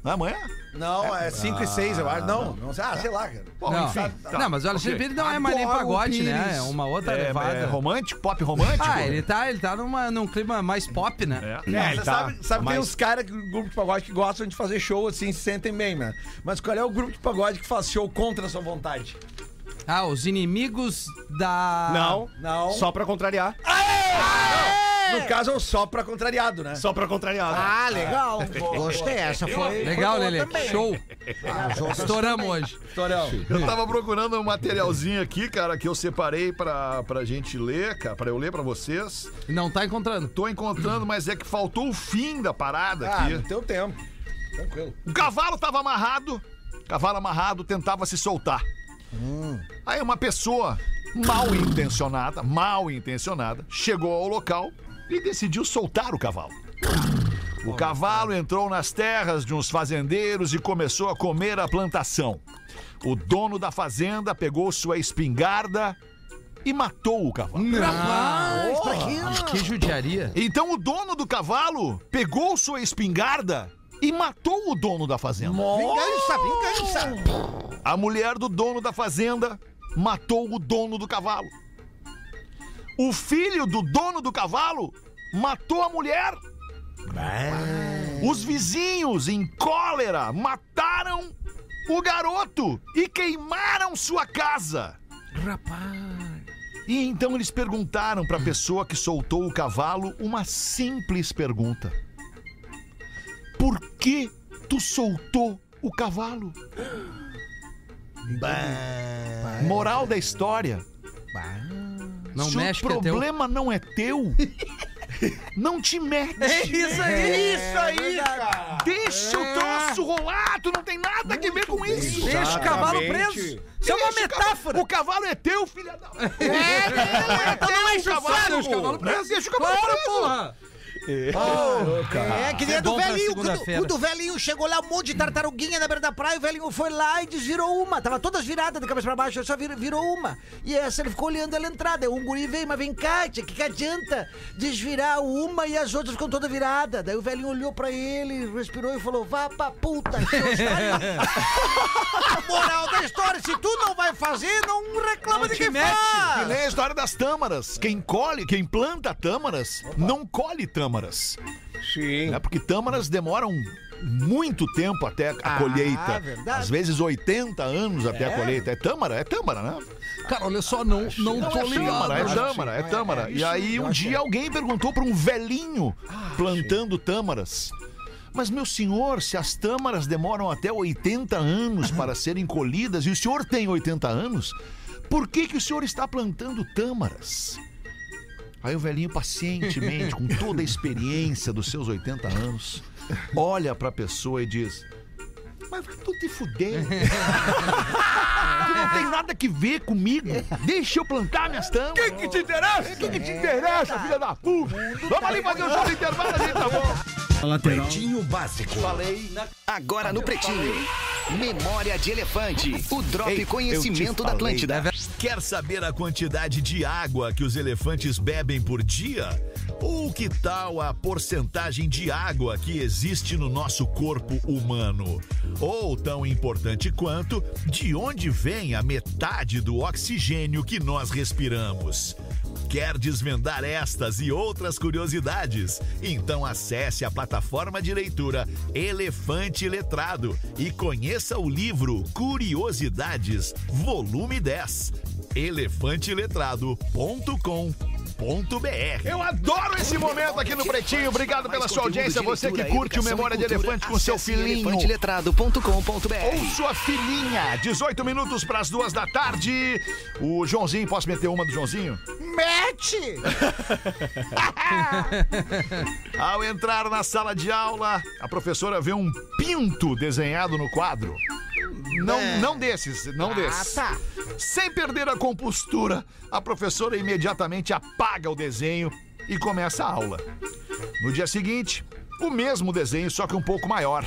Não é amanhã?
Não,
Ah,
é 5 e 6, eu acho. Não, não sei. Ah, sei lá, cara.
Bom,
não.
enfim. tá.
não, mas o Alexandre
Ok.
Pires não é mais nem
Adoro o
pagode, né?
Pires.
É uma outra
É,
levada.
é romântico, pop romântico?
ah, ele tá, ele tá numa, num clima mais pop, né?
É.
É,
ele
você
tá-
sabe, sabe que tem
mas-
uns caras, grupo de pagode, que gostam de fazer show assim, se sentem bem, né? Mas qual é o grupo de pagode que faz show contra a sua vontade?
Ah, os inimigos da.
Não,
Não.
Só pra contrariar.
No caso, é o só pra contrariado, né?
Só pra contrariar. né?
Ah, legal. Gostei, essa foi.
Legal,
foi boa
Lelê.
também.
Show.
Ah, as outras
Estouramos hoje.
Torão.
Eu tava procurando um materialzinho aqui, cara, que eu separei pra, pra gente ler, cara, pra eu ler pra vocês.
Não tá encontrando.
Tô encontrando, mas é que faltou o fim da parada
Ah,
aqui.
no teu tempo. Tranquilo.
O cavalo tava amarrado, cavalo amarrado tentava se soltar. Aí uma pessoa mal intencionada, mal intencionada, chegou ao local e decidiu soltar o cavalo. O cavalo entrou nas terras de uns fazendeiros e começou a comer a plantação. O dono da fazenda pegou sua espingarda e matou o cavalo.
Rapaz, pra quê?
Ah, Que judiaria.
Então o dono do cavalo pegou sua espingarda e matou o dono da fazenda.
Vingança, vingança.
A mulher do dono da fazenda matou o dono do cavalo. O filho do dono do cavalo matou a mulher. Os vizinhos, em cólera, mataram o garoto e queimaram sua casa. Rapaz. E então eles perguntaram para a pessoa que soltou o cavalo uma simples pergunta: Por que tu soltou o cavalo? Moral da história:
Não
se
mexe
o
que é teu.
um problema não é teu, não te
É.
mete.
É Isso aí!
Isso aí, cara!
Deixa o troço rolar, tu não tem nada a ver com isso.
Deixa o cavalo preso. Isso é uma
Deixa o ca-
metáfora.
O cavalo é teu, filha da.
Então não enche o saco, os cavalos presos.
Deixa o cavalo
Claro,
preso.
porra!
É, que nem
É
a do
bom pra
velhinho. quando-
segunda-feira.
Quando o velhinho chegou lá, um monte de tartaruguinha na beira da praia, o velhinho foi lá e desvirou uma. Tava todas viradas de cabeça pra baixo, ele só vir- virou uma. E essa ele ficou olhando ela entrar. Daí um guri veio, mas vem cá, tia, que, que adianta desvirar uma e as outras ficam todas viradas. Daí o velhinho olhou pra ele, respirou e falou: vá pra puta. que eu saio." Moral da história, se tu não vai fazer, não reclama de
te
quem
mete,
Que
faz.
nem a história das tâmaras. Quem colhe, quem planta tâmaras, não colhe tâmaras.
Sim.
Né? Porque tâmaras demoram muito tempo até a colheita.
verdade.
Às vezes 80 anos até a colheita. É tâmara? É tâmara, né?
Cara, olha só, não, não
Não,
tô
é tâmara, é
ligado.
tâmara, é tâmara. E aí Ah, um dia alguém perguntou para um velhinho plantando tâmaras. Mas, meu senhor, se as tâmaras demoram até 80 anos para serem colhidas e o senhor tem 80 anos, por que, que o senhor está plantando tâmaras? Aí o velhinho, pacientemente, com toda a experiência dos seus 80 anos, olha para a pessoa e diz: Mas vai tu te fuder. Tu não tem nada que ver comigo. Deixa eu plantar minhas tampas. Quem que te interessa? Quem que te interessa, filha da puta? Vamos ali fazer um show de intervalo, a gente tá bom.
Pretinho Básico. Agora no Pretinho. Memória de Elefante. O Drop
Ei, eu te
Conhecimento da
falei. né?
Atlântida.
Quer saber a quantidade de água que os elefantes bebem por dia? Ou que tal a porcentagem de água que existe no nosso corpo humano? Ou, tão importante quanto, de onde vem a metade do oxigênio que nós respiramos? Quer desvendar estas e outras curiosidades? Então acesse a plataforma de leitura Elefante Letrado e conheça o livro Curiosidades, volume 10. elefanteletrado.com.br Eu adoro esse momento aqui no Pretinho. Obrigado pela sua audiência. Você que curte o Memória de Elefante com seu filhinho. Ou
elefanteletrado.com.br
sua filhinha. 18 minutos para as duas da tarde. O Joãozinho, posso meter uma do Joãozinho?
Mete!
Ao entrar na sala de aula, a professora vê um pinto desenhado no quadro. Não, não desses, não desses.
É. tá.
Sem perder a compostura, a professora imediatamente apaga o desenho e começa a aula. No dia seguinte, o mesmo desenho, só que um pouco maior.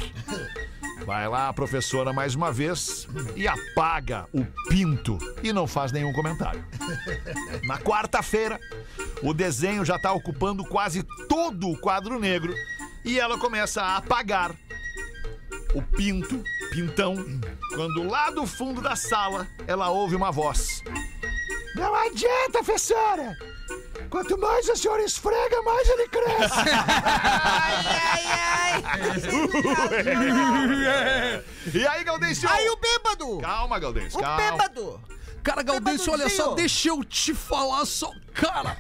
Vai lá a professora mais uma vez e apaga o pinto e não faz nenhum comentário. Na quarta-feira, o desenho já está ocupando quase todo o quadro negro e ela começa a apagar o pinto, pintão, quando lá do fundo da sala ela ouve uma voz. Não adianta, professora! Quanto mais a senhora esfrega, mais ele cresce! e aí, Galdêncio?
Aí o bêbado!
Calma, Galdêncio,
O
calma.
bêbado!
Cara, Gaudêncio, olha só,
Bebedozinho.
deixa eu te falar só. Cara,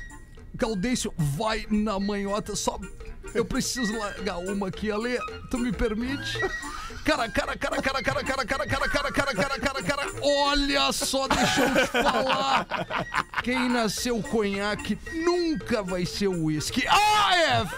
Gaudêncio, vai na manhota só. Eu preciso largar uma aqui, Ale. Tu me permite? Cara, cara, cara, cara, cara, cara, cara, cara, cara, cara, cara, cara, cara. Olha só, deixa eu te falar. Quem nasceu conhaque nunca vai ser uísque. AF!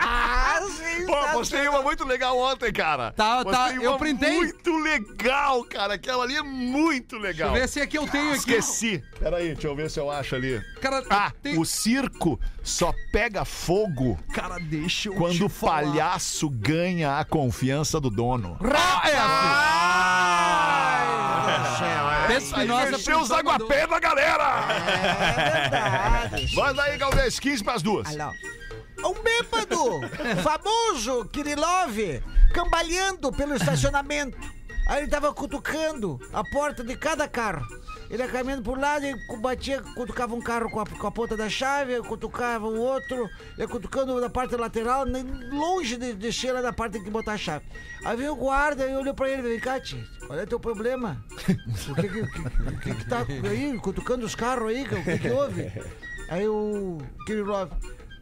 Ah,
Pô,
sensacional.
postei uma muito legal ontem, cara.
Tá, tá,
Postei
eu
uma
printei.
Muito legal, cara. Aquela ali é muito legal.
Vê se é que eu tenho aqui.
Esqueci. Peraí, deixa eu ver se eu acho ali.
Cara,
Ah,
tem-
o circo só pega fogo
Cara, deixa eu te
quando o
falar.
palhaço ganha a confiança do dono.
Pedro Espinosa
Encheu os
pintou, mandou.
aguapé da galera!
É verdade.
Manda aí, Galdês, 15 pras duas.
Alô. Um bêbado, famoso, Kirilov, cambaleando pelo estacionamento. Aí ele tava cutucando a porta de cada carro. Ele ia caminhando por um lado, ele cu- batia, cutucava um carro com a, com a ponta da chave, ele cutucava o outro, ia cutucando da parte lateral, nem- longe de, de cheira da parte que tem que botar a chave. Aí veio o guarda e olhou pra ele e disse, Cati, qual é teu problema? O que que, o que, que tá aí, cutucando os carros aí, cara? o que que houve? Aí o Kirillov.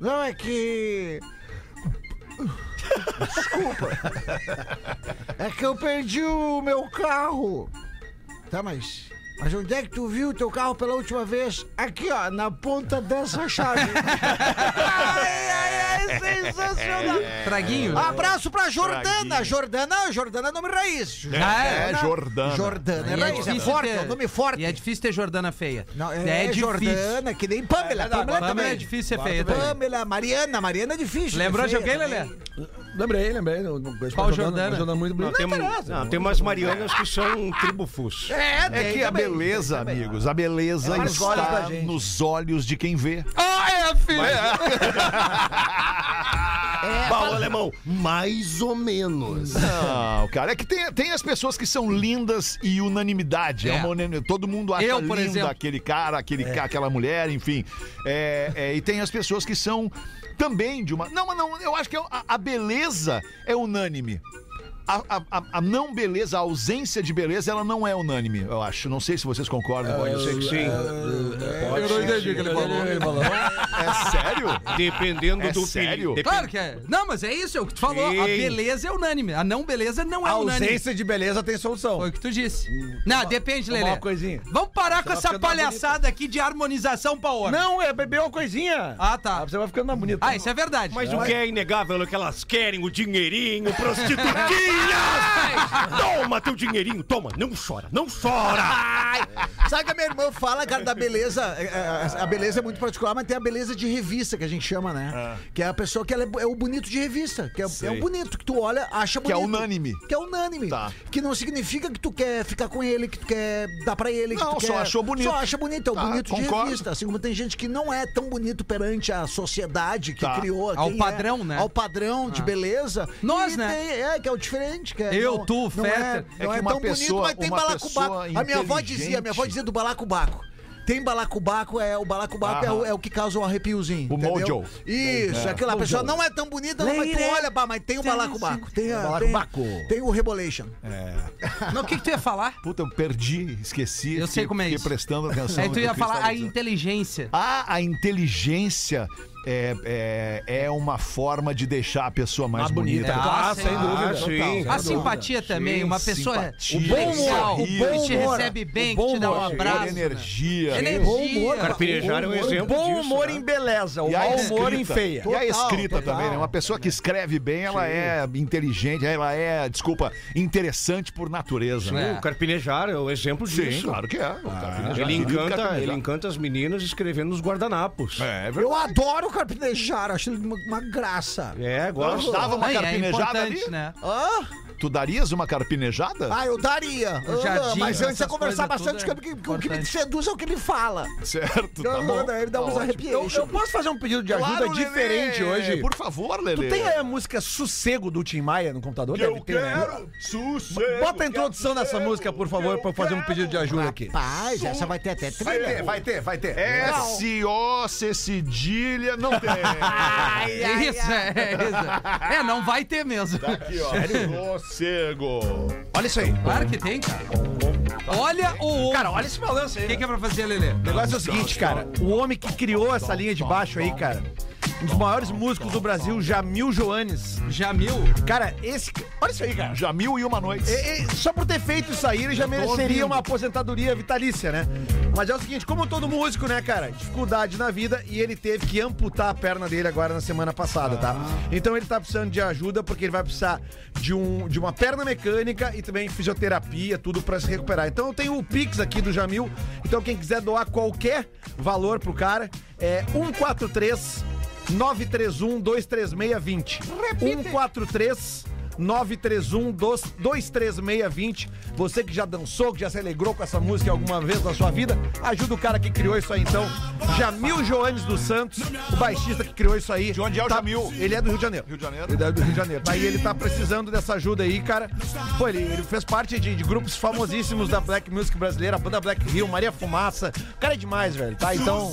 Não, é que. Desculpa. É que eu perdi o meu carro. Tá, mas. Mas onde é que tu viu o teu carro pela última vez? Aqui, ó, na ponta dessa chave. ai, ai, ai, sensacional.
Traguinho.
É. Abraço pra Jordana. Jordana, Jordana é nome raiz.
Ah, é?
É, Jordana.
Jordana é
E
raiz, é
difícil
forte,
ter-
é um nome forte.
E é difícil ter Jordana feia.
Não, é,
é, difícil.
Jordana, que nem Pamela. Pamela,
Pamela
também.
é difícil ser feia também.
Pamela, Mariana, Mariana é difícil.
Lembrou
é
de
feia
alguém,
também.
Lelê?
Lembrei, lembrei. Não, não, é
Qual Jordana?
muito
Não,
bonito.
tem, um- não, tem umas marianas que são tribufus.
É,
É que a beleza, amigos, a beleza
nos olhos da
está
gente.
nos olhos de quem vê.
Ah, é,
Pau alemão, mais ou menos.
Não, cara, é que tem, tem as pessoas que são lindas e unanimidade. É.
É.
uma unani- todo mundo acha
Eu, por
linda
exemplo. É.
aquele cara, aquele ca- aquela mulher, enfim. É, é, e tem as pessoas que são também de uma. Não, mas não, eu acho que é a, a beleza é unânime. A, a- a- a não beleza, a ausência de beleza, ela não é unânime, eu acho. Não sei se vocês concordam com
Eu
isso.
sei que sim.
É, Eu não entendi o que ele falou. Ele falou.
É sério?
Dependendo
É
do
sério?
apelido.
Claro que é. Não, mas é isso, é o que tu falou. A
Sim.
beleza é unânime. A não beleza não é
A
unânime.
ausência de beleza tem solução.
Foi o que tu disse. Não, depende, Lelê.
uma coisinha.
Vamos parar com
vai
essa
ficando mais
palhaçada aqui de harmonização pra hora.
Não, é beber uma coisinha.
Ah, tá.
Você vai ficando mais bonito.
Ah, isso é verdade.
Mas o que é inegável é que elas querem o dinheirinho, prostitutinhas! toma teu dinheirinho, toma! Não chora, não chora!
é Sabe que a minha irmã fala, cara, da beleza. é, é, A beleza é muito particular, mas tem a beleza de revista, que que a gente chama,
Ah.
né? Que é a pessoa que ela é, bo- é o bonito de revista. Que é, é o bonito, que tu olha, acha
Que é
bonito.
unânime.
Que é unânime.
Tá.
Que não significa que tu quer ficar com ele, que tu quer dar pra ele.
Não,
que tu
só
quer...
achou bonito.
Só acha bonito, é o
Tá,
bonito
concordo.
de revista. Assim como tem gente que não é tão bonito perante a sociedade que
Tá.
criou.
Ao
quem é-
padrão, né?
Ao padrão de beleza.
Nós,
E
né?
tem- é, que é o diferente. Que é,
Eu,
não-
tu,
não é-
Fetter.
É
Não é,
que uma
tão
pessoa-
bonito, mas tem
uma
balacubaco.
pessoa
A minha avó dizia, a minha avó
inteligente.
dizia do balacubaco. Tem balacubaco, é o balacubaco é o,
Aham.
é o que causa o arrepiozinho.
O
entendeu?
mojo.
Isso, aquela pessoa não é tão bonita, não, mas tu olha, pá, mas tem o balacubaco. Tem, a-
balacubaco.
tem, tem o rebolation.
É.
Não, o que, que tu ia falar?
Puta, eu perdi, esqueci.
Eu sei
fiquei-
como é
fiquei
isso.
prestando atenção.
Aí
no
tu
que
ia
o Cris
falar
tava
a
dizendo.
inteligência.
Ah, a inteligência é, é, é uma forma de deixar a pessoa mais bonita.
é.
bonita. Ah, sem dúvida.
Ah, sim.
A simpatia também, uma pessoa
simpatia.
legal,
O bom
que te
humor.
recebe bem,
O
que
bom
te dá um
humor.
né?
abraço.
energia.
Energia.
Carpinejar é um exemplo.
bom
disso,
humor
né?
em beleza, o
E a
mau humor
escrita,
em
E
feia.
a
Total,
escrita
total.
também, né? Uma pessoa que escreve bem, ela é inteligente, ela é, desculpa, interessante por natureza. né?
É.
O carpinejar é o exemplo
Sim,
disso.
claro que é.
Ele encanta, ele encanta as meninas escrevendo nos guardanapos.
É, é verdade.
Eu adoro o carpinejar, acho ele uma, uma graça.
É,
Eu
gosta.
dava uma
Ai, é
carpinejada
importante,
ali.
né?
Hã?
Tu darias uma carpinejada?
Ah, eu daria.
O jardim,
Ah, mas antes é
essas
conversar
coisas
bastante,
tudo
porque
é
o que- o que me
importante.
seduz é o que ele fala.
certo, tá
Eu-
bom.
eu- Ele dá
Tá
uns
ótimo.
Eu,
arrepios.
eu posso fazer um pedido de ajuda
Claro, Lelê,
diferente hoje?
Por favor, Lelê.
Tu tem aí a música Sossego do Tim Maia no computador? Deve ter, né?
sossego.
Bota a introdução dessa música, por favor, pra eu fazer um pedido de ajuda aqui. É.
Paz, essa vai ter até
Vai
trilha.
ter, vai ter, vai ter.
S-O-C cedilha, não tem.
Isso, é, é isso. É, não vai ter mesmo.
Aqui, ó. Sossego.
Olha isso aí.
Claro que tem, cara. Olha o.
Cara, olha esse balanço aí.
O que, que é pra fazer, Lelê?
O negócio é o seguinte, cara. O homem que criou essa linha de baixo aí, cara. Um dos maiores músicos do Brasil, Jamil Joanes.
Jamil?
Cara, esse. Olha isso aí, cara.
Jamil e uma noite.
E- e só por ter feito isso aí, ele já mereceria uma aposentadoria vitalícia, né? Mas é o seguinte, como todo músico, né, cara? Dificuldade na vida e ele teve que amputar a perna dele agora na semana passada, tá? Então ele tá precisando de ajuda porque ele vai precisar de, um, de uma perna mecânica e também fisioterapia, tudo pra se recuperar. Então eu tenho o Pix aqui do Jamil. Então quem quiser doar qualquer valor pro cara, é 143 931 23620. 143 931 23620. Você que já dançou, que já se alegrou com essa música alguma vez na sua vida, ajuda o cara que criou isso aí então. Jamil Joanes dos Santos, o baixista que criou isso aí. De
onde é o Jamil?
Ele é do Rio de Janeiro.
Rio de Janeiro.
Ele é do Rio de Janeiro. Aí ele tá precisando dessa ajuda aí, cara. Pô, ele, ele fez parte de, de grupos famosíssimos da Black Music brasileira, a banda Black Hill, Maria Fumaça. O cara é demais, velho, tá? Então,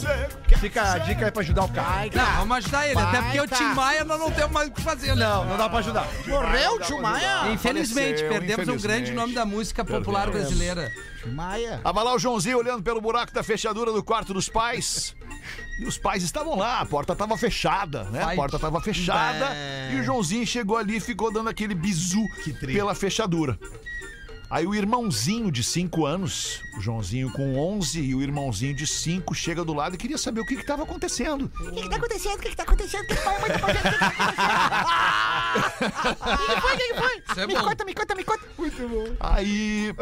fica a dica aí pra ajudar o cara.
Não, vamos ajudar ele. Até porque o
tá.
Tim Maia nós não temos mais o que fazer, né?
Não, não dá pra ajudar.
Morreu, Tio Maia?
Infelizmente,
faleceu,
perdemos um
infelizmente.
grande nome da música popular
Perdemos.
brasileira.
Maia.
Tava lá o Joãozinho olhando pelo buraco da fechadura do quarto dos pais. E os pais estavam lá, a porta tava fechada, né? A
Vai.
porta tava fechada. E o Joãozinho chegou ali e ficou dando aquele bizu pela fechadura. Aí o irmãozinho de 5 anos, o Joãozinho com 11 e o irmãozinho de 5 chega do lado e queria saber o que que tava acontecendo.
O que, que tá acontecendo? O que, que tá acontecendo? O que, que tá acontecendo? O que, que tá acontecendo? O que que foi? O que, que foi?
Isso é
me
bom.
conta, me conta, me conta.
Aí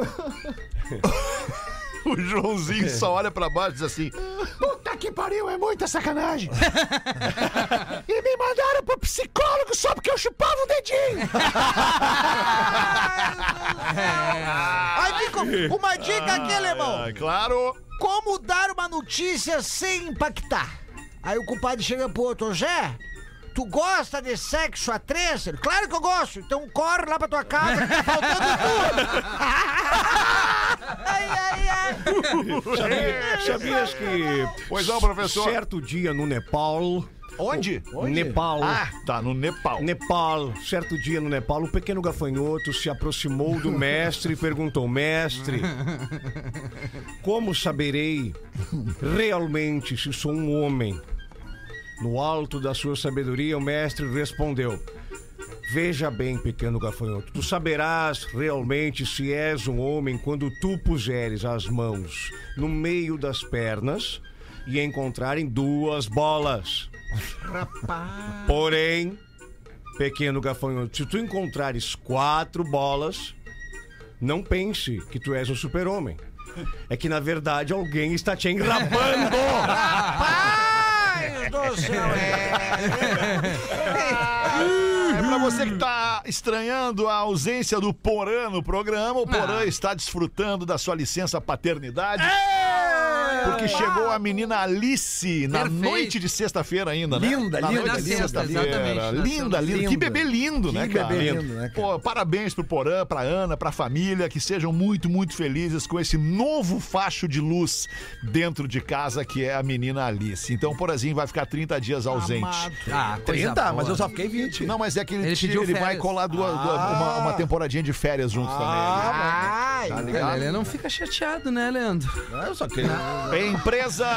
o Joãozinho só olha pra baixo e diz assim: Puta que pariu, é muita sacanagem. e me mandaram pro psicólogo só porque eu chupava o dedinho.
Aí ficou uma dica aqui, alemão.
É, claro.
Como dar uma notícia sem impactar? Aí o compadre chega pro outro, Zé, tu gosta de sexo a três? Ele, claro que eu gosto, então corre lá pra tua casa que tá faltando tudo. ai, ai, ai.
Sabias que.
É. Pois não, professor.
Certo dia no Nepal.
Onde?
Nepal.
Ah, tá no Nepal.
Nepal, certo dia no Nepal, um pequeno gafanhoto se aproximou do mestre e perguntou: Mestre, como saberei realmente se sou um homem? No alto da sua sabedoria, o mestre respondeu: Veja bem, pequeno gafanhoto, tu saberás realmente se és um homem quando tu puseres as mãos no meio das pernas e encontrarem duas bolas. Porém, pequeno gafanhoto, se tu encontrares quatro bolas, não pense que tu és um super-homem. É que, na verdade, alguém está te engrabando.
Ai, do céu. É.
É pra você que tá estranhando a ausência do Porã no programa, o Porã está desfrutando da sua licença paternidade. Porque chegou a menina Alice na
Perfeito.
noite de sexta-feira ainda, né?
Linda,
na
linda,
noite de
linda,
sexta-feira.
exatamente.
Linda, linda. Que bebê lindo,
Que
né, cara?
bebê lindo, né,
Pô, parabéns pro Porã, pra Ana, pra família, que sejam muito, muito felizes com esse novo facho de luz dentro de casa que é a menina Alice. Então o Porazinho vai ficar 30 dias ausente.
Ah, coisa
30, mas
boa.
eu só fiquei 20.
Não, mas é que ele,
Ele
tira-
pediu
ele vai
férias. Ah.
colar duas- duas- uma, uma temporadinha de férias juntos também. Tá ligado?
Ele não fica chateado, né, Leandro?
Eu só queria.
Empresa,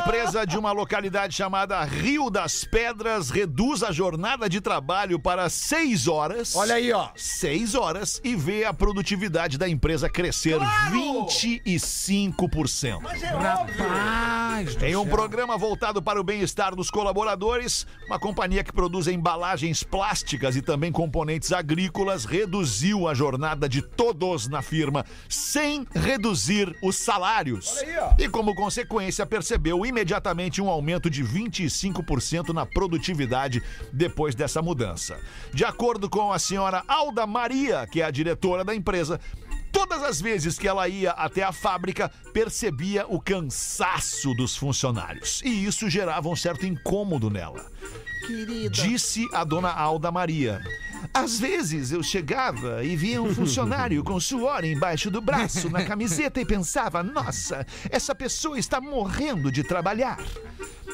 empresa de uma localidade chamada Rio das Pedras reduz a jornada de trabalho para seis horas.
Olha aí, ó.
Seis horas e vê a produtividade da empresa crescer 25%.
Rapaz,
Tem um programa voltado para o bem-estar dos colaboradores. Uma companhia que produz embalagens plásticas e também componentes agrícolas reduziu a jornada de todos na firma, sem reduzir os salários. E como consequência, percebeu imediatamente um aumento de 25% na produtividade depois dessa mudança. De acordo com a senhora Alda Maria, que é a diretora da empresa, Todas as vezes que ela ia até a fábrica, percebia o cansaço dos funcionários. E isso gerava um certo incômodo nela. Disse a dona Alda Maria. Às vezes eu chegava e via um funcionário com suor embaixo do braço na camiseta e pensava: nossa, essa pessoa está morrendo de trabalhar.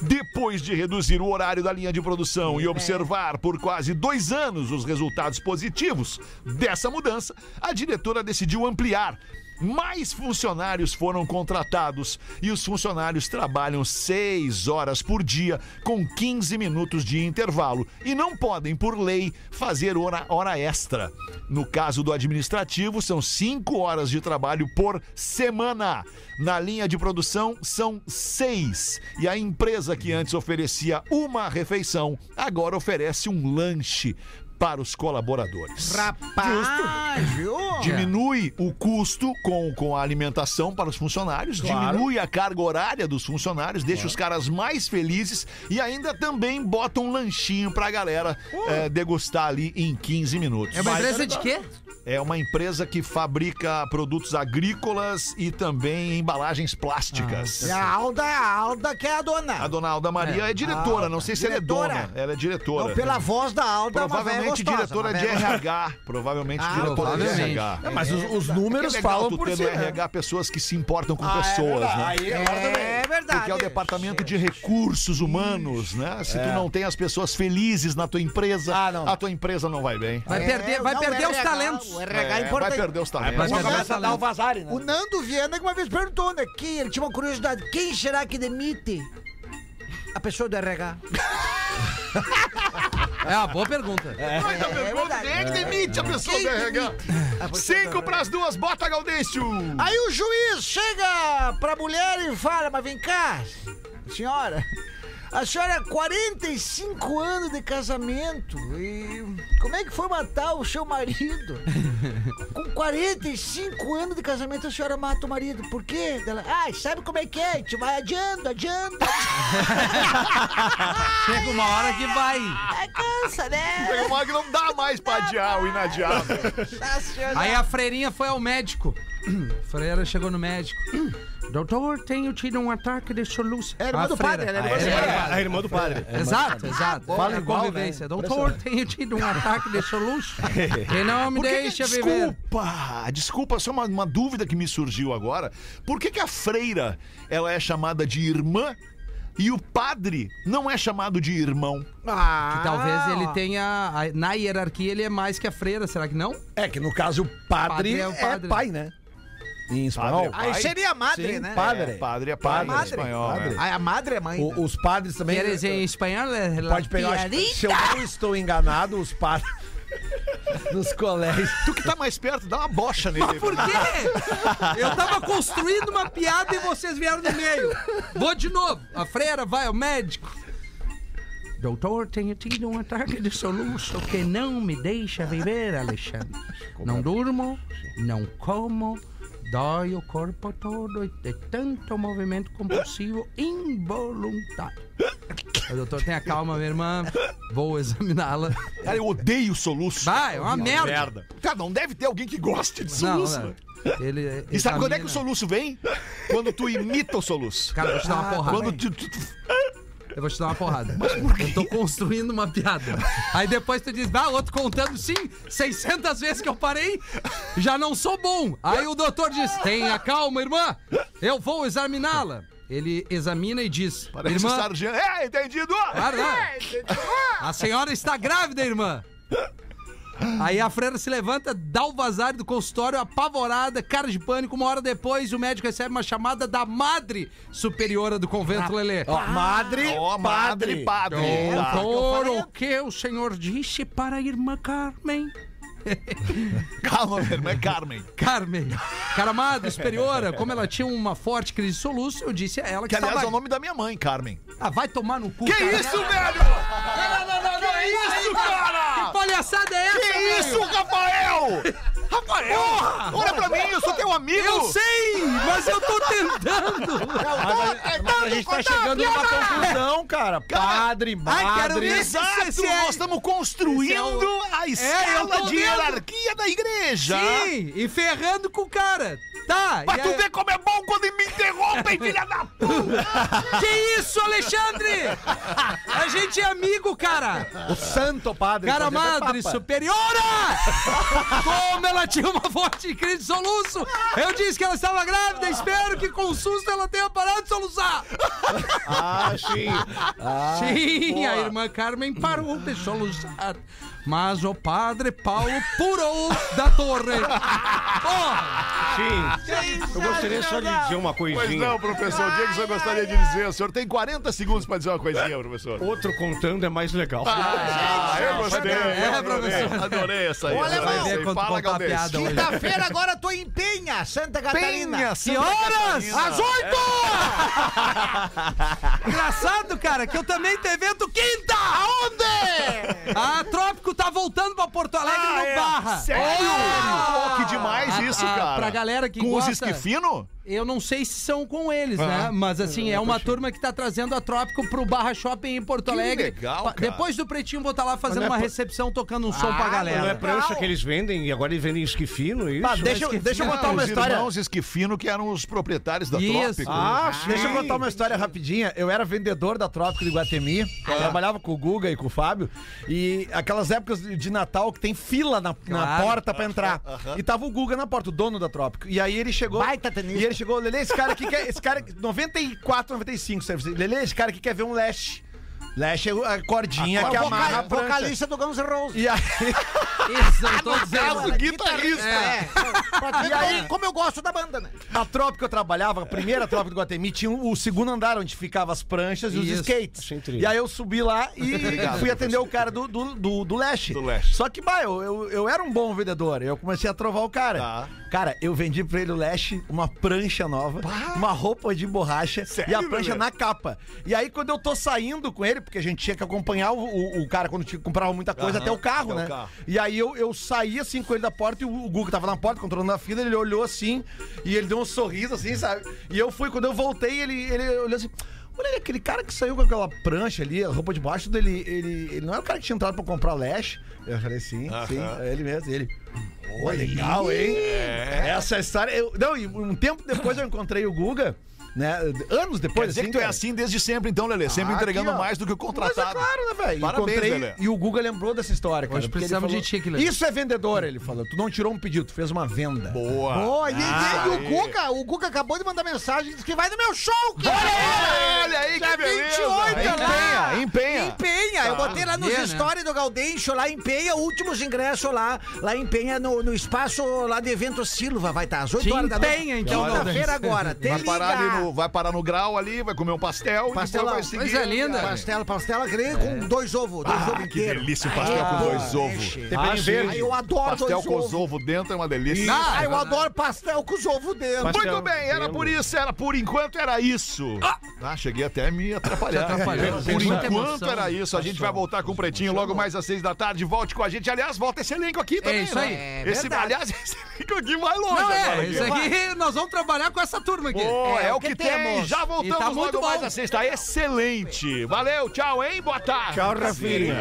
Depois de reduzir o horário da linha de produção e observar por quase dois anos os resultados positivos dessa mudança, a diretora decidiu ampliar. Mais funcionários foram contratados e os funcionários trabalham seis horas por dia, com 15 minutos de intervalo, e não podem, por lei, fazer hora, hora extra. No caso do administrativo, são cinco horas de trabalho por semana. Na linha de produção, são seis. E a empresa que antes oferecia uma refeição, agora oferece um lanche para os colaboradores.
Rapaz, viu?
Diminui o custo com, com a alimentação para os funcionários, diminui a carga horária dos funcionários, deixa os caras mais felizes e ainda também bota um lanchinho pra galera eh, degustar ali em 15 minutos.
É uma empresa de quê?
É uma empresa que fabrica produtos agrícolas e também embalagens plásticas.
E a Alda, a Alda que é a dona.
A dona Alda Maria é, diretora, não sei se
Ah, Diretora.
ela é dona, ela é diretora.
Não, pela voz da Alda, é uma velha
Provavelmente
gostosa,
diretora
uma
de
velha-
RH. Provavelmente
Ah,
diretora de
provavelmente.
RH.
É, mas os, os
Porque é
números
legal
falam
tu
por
ter
si.
no
né?
RH pessoas que se importam com pessoas, né?
Aí, agora também.
É verdade.
Porque é o departamento de recursos humanos, né? Se tu não tem as pessoas felizes na tua empresa,
Ah, não.
a tua empresa não vai bem.
Vai
É,
perder, vai
não,
perder os
RH,
talentos.
O RH é
É, vai
importante.
perder os talentos.
Vai perder
Mas
os talentos.
Vazari, né?
O Nando Viana que uma vez perguntou, né? Quem, ele tinha uma curiosidade. Quem será que demite a pessoa do RH?
É uma boa pergunta.
Mas a
É
pergunta
verdade.
quem é que demite a pessoa
Quem
do RH? Cinco pras duas, bota Gaudêncio!
Aí o juiz chega pra mulher e fala, mas vem cá, senhora, a senhora é 45 anos de casamento e como é que foi matar o seu marido? Com 45 anos de casamento a senhora mata o marido, por quê? Ela, ai, sabe como é que é? A gente vai adiando, adiando.
Chega uma hora que vai.
Ai, cansa, né?
Tem uma que não dá mais pra adiar o inadiável.
Aí a freirinha foi ao médico. Freira chegou no médico. Doutor, tenho tido um ataque de soluço.
É a irmã do padre, né?
Ah,
A irmã do
é,
padre.
A irmã do padre.
é,
Exato, exato.
Fala
É a
igual, né?
convivência. Doutor, tenho tido um ataque de soluço. Que não me
Por que que-
deixa viver.
desculpa, desculpa, só uma, uma dúvida que me surgiu agora. Por que, que a freira ela é chamada de irmã e o padre não é chamado de irmão?
Ah,
Que talvez ele tenha. a- Na hierarquia ele é mais que a freira, será que não?
É que no caso o padre,
Padre é
é,
o padre.
pai, né? Em espanhol. é
Padre
Aí seria a madre, né?
Padre.
É, padre é pai
Padre.
em espanhol.
Padre.
né?
Aí a madre é mãe.
O- os padres também. eh,
Queres em espanhol? é la
Pode pegar. acho que, Se eu não estou enganado, os padres. Nos colégios.
Tu que tá mais perto, dá uma bocha nele.
Mas por quê? Eu tava construindo uma piada e vocês vieram no meio. Vou de novo. A freira vai ao médico. Doutor, tenho tido um ataque de soluço que não me deixa viver, Alexandre.
é?
Não durmo, não como, dói o corpo todo de tanto movimento compulsivo involuntário. O doutor, tenha calma, minha irmã. Vou examiná-la.
Cara, eu odeio soluço.
Vai, é uma merda.
Cara, não deve ter alguém que goste de
Não,
soluço.
não.
né?
Ele,
E sabe quando é que o
examina-
soluço vem? Quando tu imita o soluço.
Cara, eu vou te dar uma
Ah,
porrada.
Quando tu, tu- tu-
Eu vou te dar uma porrada. Eu tô construindo uma piada. Aí depois tu diz, ah, outro contando, sim, 600 vezes que eu parei, já não sou bom. Aí o doutor diz, tenha calma, irmã, eu vou examiná-la. Ele examina e diz,
Parece
irmã,
sargento. É, entendido!
Claro, né?
É, entendido.
a senhora está grávida, irmã. Aí a freira se levanta, dá o vazar do consultório, apavorada, cara de pânico. Uma hora depois, o médico recebe uma chamada da madre superiora do convento Lelê.
Ó, madre,
Ó, madre,
padre.
padre. Tá.
Doutor, o É, que o senhor disse para a irmã Carmen?
Calma, minha irmã é Carmen.
Carmen, cara amada, superiora, como ela tinha uma forte crise de soluço, eu disse a ela que,
Que aliás
estava...
é o nome da minha mãe, Carmen.
Ah, vai tomar no cu,
Que
cara.
isso, velho?
Não, não, não, não, não,
Que
aí,
isso,
cara?
cara?
Que palhaçada é essa,
Que
velho?
isso, Rafael? Rafael! Porra! Olha pra mim, eu sou teu amigo!
Eu sei, mas eu tô tentando.
Mas a gente tá chegando numa conclusão, cara. Padre,
Ai, quero
madre.
ver.
Exato,
Isso é-
nós estamos construindo
Isso é o-
a
É, eu
escala
tô
de
vendo.
hierarquia da igreja.
Sim, e ferrando com o cara. Tá.
Pra
e
tu
aí-
ver como é bom quando me interrompem, filha da puta!
Que isso, Alexandre? A gente é amigo, cara.
O santo padre.
Cara
pode até
madre
é papa.
superiora! Como ela tinha uma forte crise de soluço! Eu disse que ela estava grávida, espero que com susto ela tenha parado de soluçar!
Ah, sim.
Sim, a irmã Carmen parou de soluçar. Mas o padre Paulo purou da torre. Porra!
Sim. Eu gostaria só de dizer uma coisinha.
Pois não, professor, o que que o senhor gostaria de dizer? O senhor tem 40 segundos pra dizer uma coisinha, professor.
Outro contando é mais legal.
Ah, eu gostei.
É,
eu adorei,
professor.
Adorei essa aí.
Ô,
adorei
alemão.
essa aí.
Vai ver quando
Fala,
contar a
Galdês.
piada hoje.
Quinta-feira agora eu tô em Penha, Santa Catarina.
Penha,
Que
Santa
horas?
Catarina.
Às oito! Engraçado, cara, que eu também tenho evento quinta! Aonde? Ah, Trópico tá voltando pra Porto Alegre
Ah,
no
é?
Barra.
Sério?
Ah!
Pô, que demais
Ah,
isso,
ah,
cara.
pra galera que
Com
gosta-
os esquifino?
Eu não sei se são com eles, né? Mas assim, é uma turma que tá trazendo a Trópico pro Barra Shopping em Porto Alegre.
legal,
Pa-
cara.
Depois do Pretinho, vou estar lá fazendo
Mas não é
uma
pra-
recepção, tocando um som pra galera.
Não é prancha que eles vendem e agora eles vendem esquifino, isso?
Ah, deixa, eu- deixa eu
Não,
contar uma
os
história.
irmãos esquifino que eram os proprietários da
Isso.
Trópico.
Ah, sim.
Deixa eu contar uma história rapidinha. Eu era vendedor da Trópico de Guatemi. Eu Trabalhava com o Guga e com o Fábio. E aquelas épocas de Natal que tem fila na, na
Claro.
porta pra entrar. E tava o Guga na porta, o dono da Trópico. E aí ele chegou.
Baita tenista.
E ele chegou, Lele, esse cara aqui quer. Esse cara. 94, 95, serve. Lele, esse cara aqui quer ver um Lash. Lash é a cordinha que
Vocal-
amarra a prancha.
vocalista do Guns N' Roses.
E aí,
Isso, eu tô
caso,
dizendo.
guitarrista.
É. Pra tá- tu ver como- como eu gosto da banda, né?
a tropa que eu trabalhava, a primeira tropa do Guatemi, tinha o segundo andar onde ficavam as pranchas e
Isso.
os skates.
Achei incrível.
E aí eu subi lá e fui atender o cara do, do, do, do Leste.
Do Leste.
Só que, bah, eu, eu, eu era um bom vendedor. Eu comecei a trovar o cara.
Tá.
Cara, eu vendi pra ele o Leste, uma prancha nova, uma roupa de borracha
Sério,
e a prancha
Lelê?
na capa. E aí, quando eu tô saindo com ele, porque a gente tinha que acompanhar o, o, o cara quando tinha, comprava muita coisa
Aham,
até o
até
carro,
o
né?
carro.
E aí eu, eu saí assim com ele da porta e o, o Guga tava na porta, controlando a fila, ele olhou assim e ele deu um sorriso assim, sabe? E eu fui, quando eu voltei, ele, ele olhou assim. Olha ali, aquele cara que saiu com aquela prancha ali, a roupa de baixo dele, ele, ele não é o cara que tinha entrado pra comprar leste. Eu falei, sim, sim, é ele mesmo, ele. Ô, legal, hein?
É.
Essa história. Eu, não, e um tempo depois eu encontrei o Guga, né? Anos
Quer
depois,
dizer que tu é
cara.
assim desde sempre, então, Lelê. Sempre
Ah,
entregando
aqui, ó.
mais do que o
Mas é
contratado.
claro, né, velho?
Parabéns,
Encontrei
Lelê.
e o Guga lembrou dessa história, cara.
Hoje
porque ele
precisamos de
falou,
ti, Guilherme.
Isso é vendedor, ele falou. Tu não tirou um pedido, tu fez uma venda.
Boa.
Boa, e, e-
Ah,
e
aí.
o Guga, o Guga acabou de mandar mensagem, disse que vai no meu show, que é
Olha ele aí, que
Dia
beleza.
28 lá.
Empenha, empenha.
né? Em Penha,
Tá.
eu botei lá nos
Yeah, né?
stories do Gaudêncio, lá em Penha, últimos ingressos lá, lá em Penha, no, no espaço lá de evento Silva, vai estar às 8
Te
horas da noite.
empenha, então,
Quinta-feira
Gaudêncio.
agora, tem
Vai parar,
liga.
ali no, vai parar no grau ali, vai comer um pastel
Pastelão.
e depois vai seguir.
Coisa linda.
Pastela, pastela grega é com dois ovos, dois ovos
Ah, que
inteiros.
delícia o pastel com dois ovos.
Ah, sim.
Ai, eu adoro
Pastel
dois
com os
ovos.
ovos dentro é uma delícia.
Ah,
Ah, eu adoro pastel com os ovos dentro.
Mas-
Muito bem, era por isso, era por enquanto era isso. Ah, cheguei até a me atrapalhar.
Te atrapalhou,
Por
tem
enquanto
muita emoção.
era isso. A gente vai voltar com o Pretinho logo mais às seis da tarde. Volte com a gente. Aliás, volta esse elenco aqui também.
isso
né?
aí.
É
Esse,
verdade.
aliás, esse elenco aqui vai longe
Não,
agora.
é,
aqui.
isso aqui nós vamos trabalhar com essa turma aqui.
Pô, é, o que, que tem. Já voltamos
E tá
logo
muito
mais assim.
bom.
na sexta. Excelente. Valeu, tchau, hein? Boa tarde.
Tchau, Rafinha.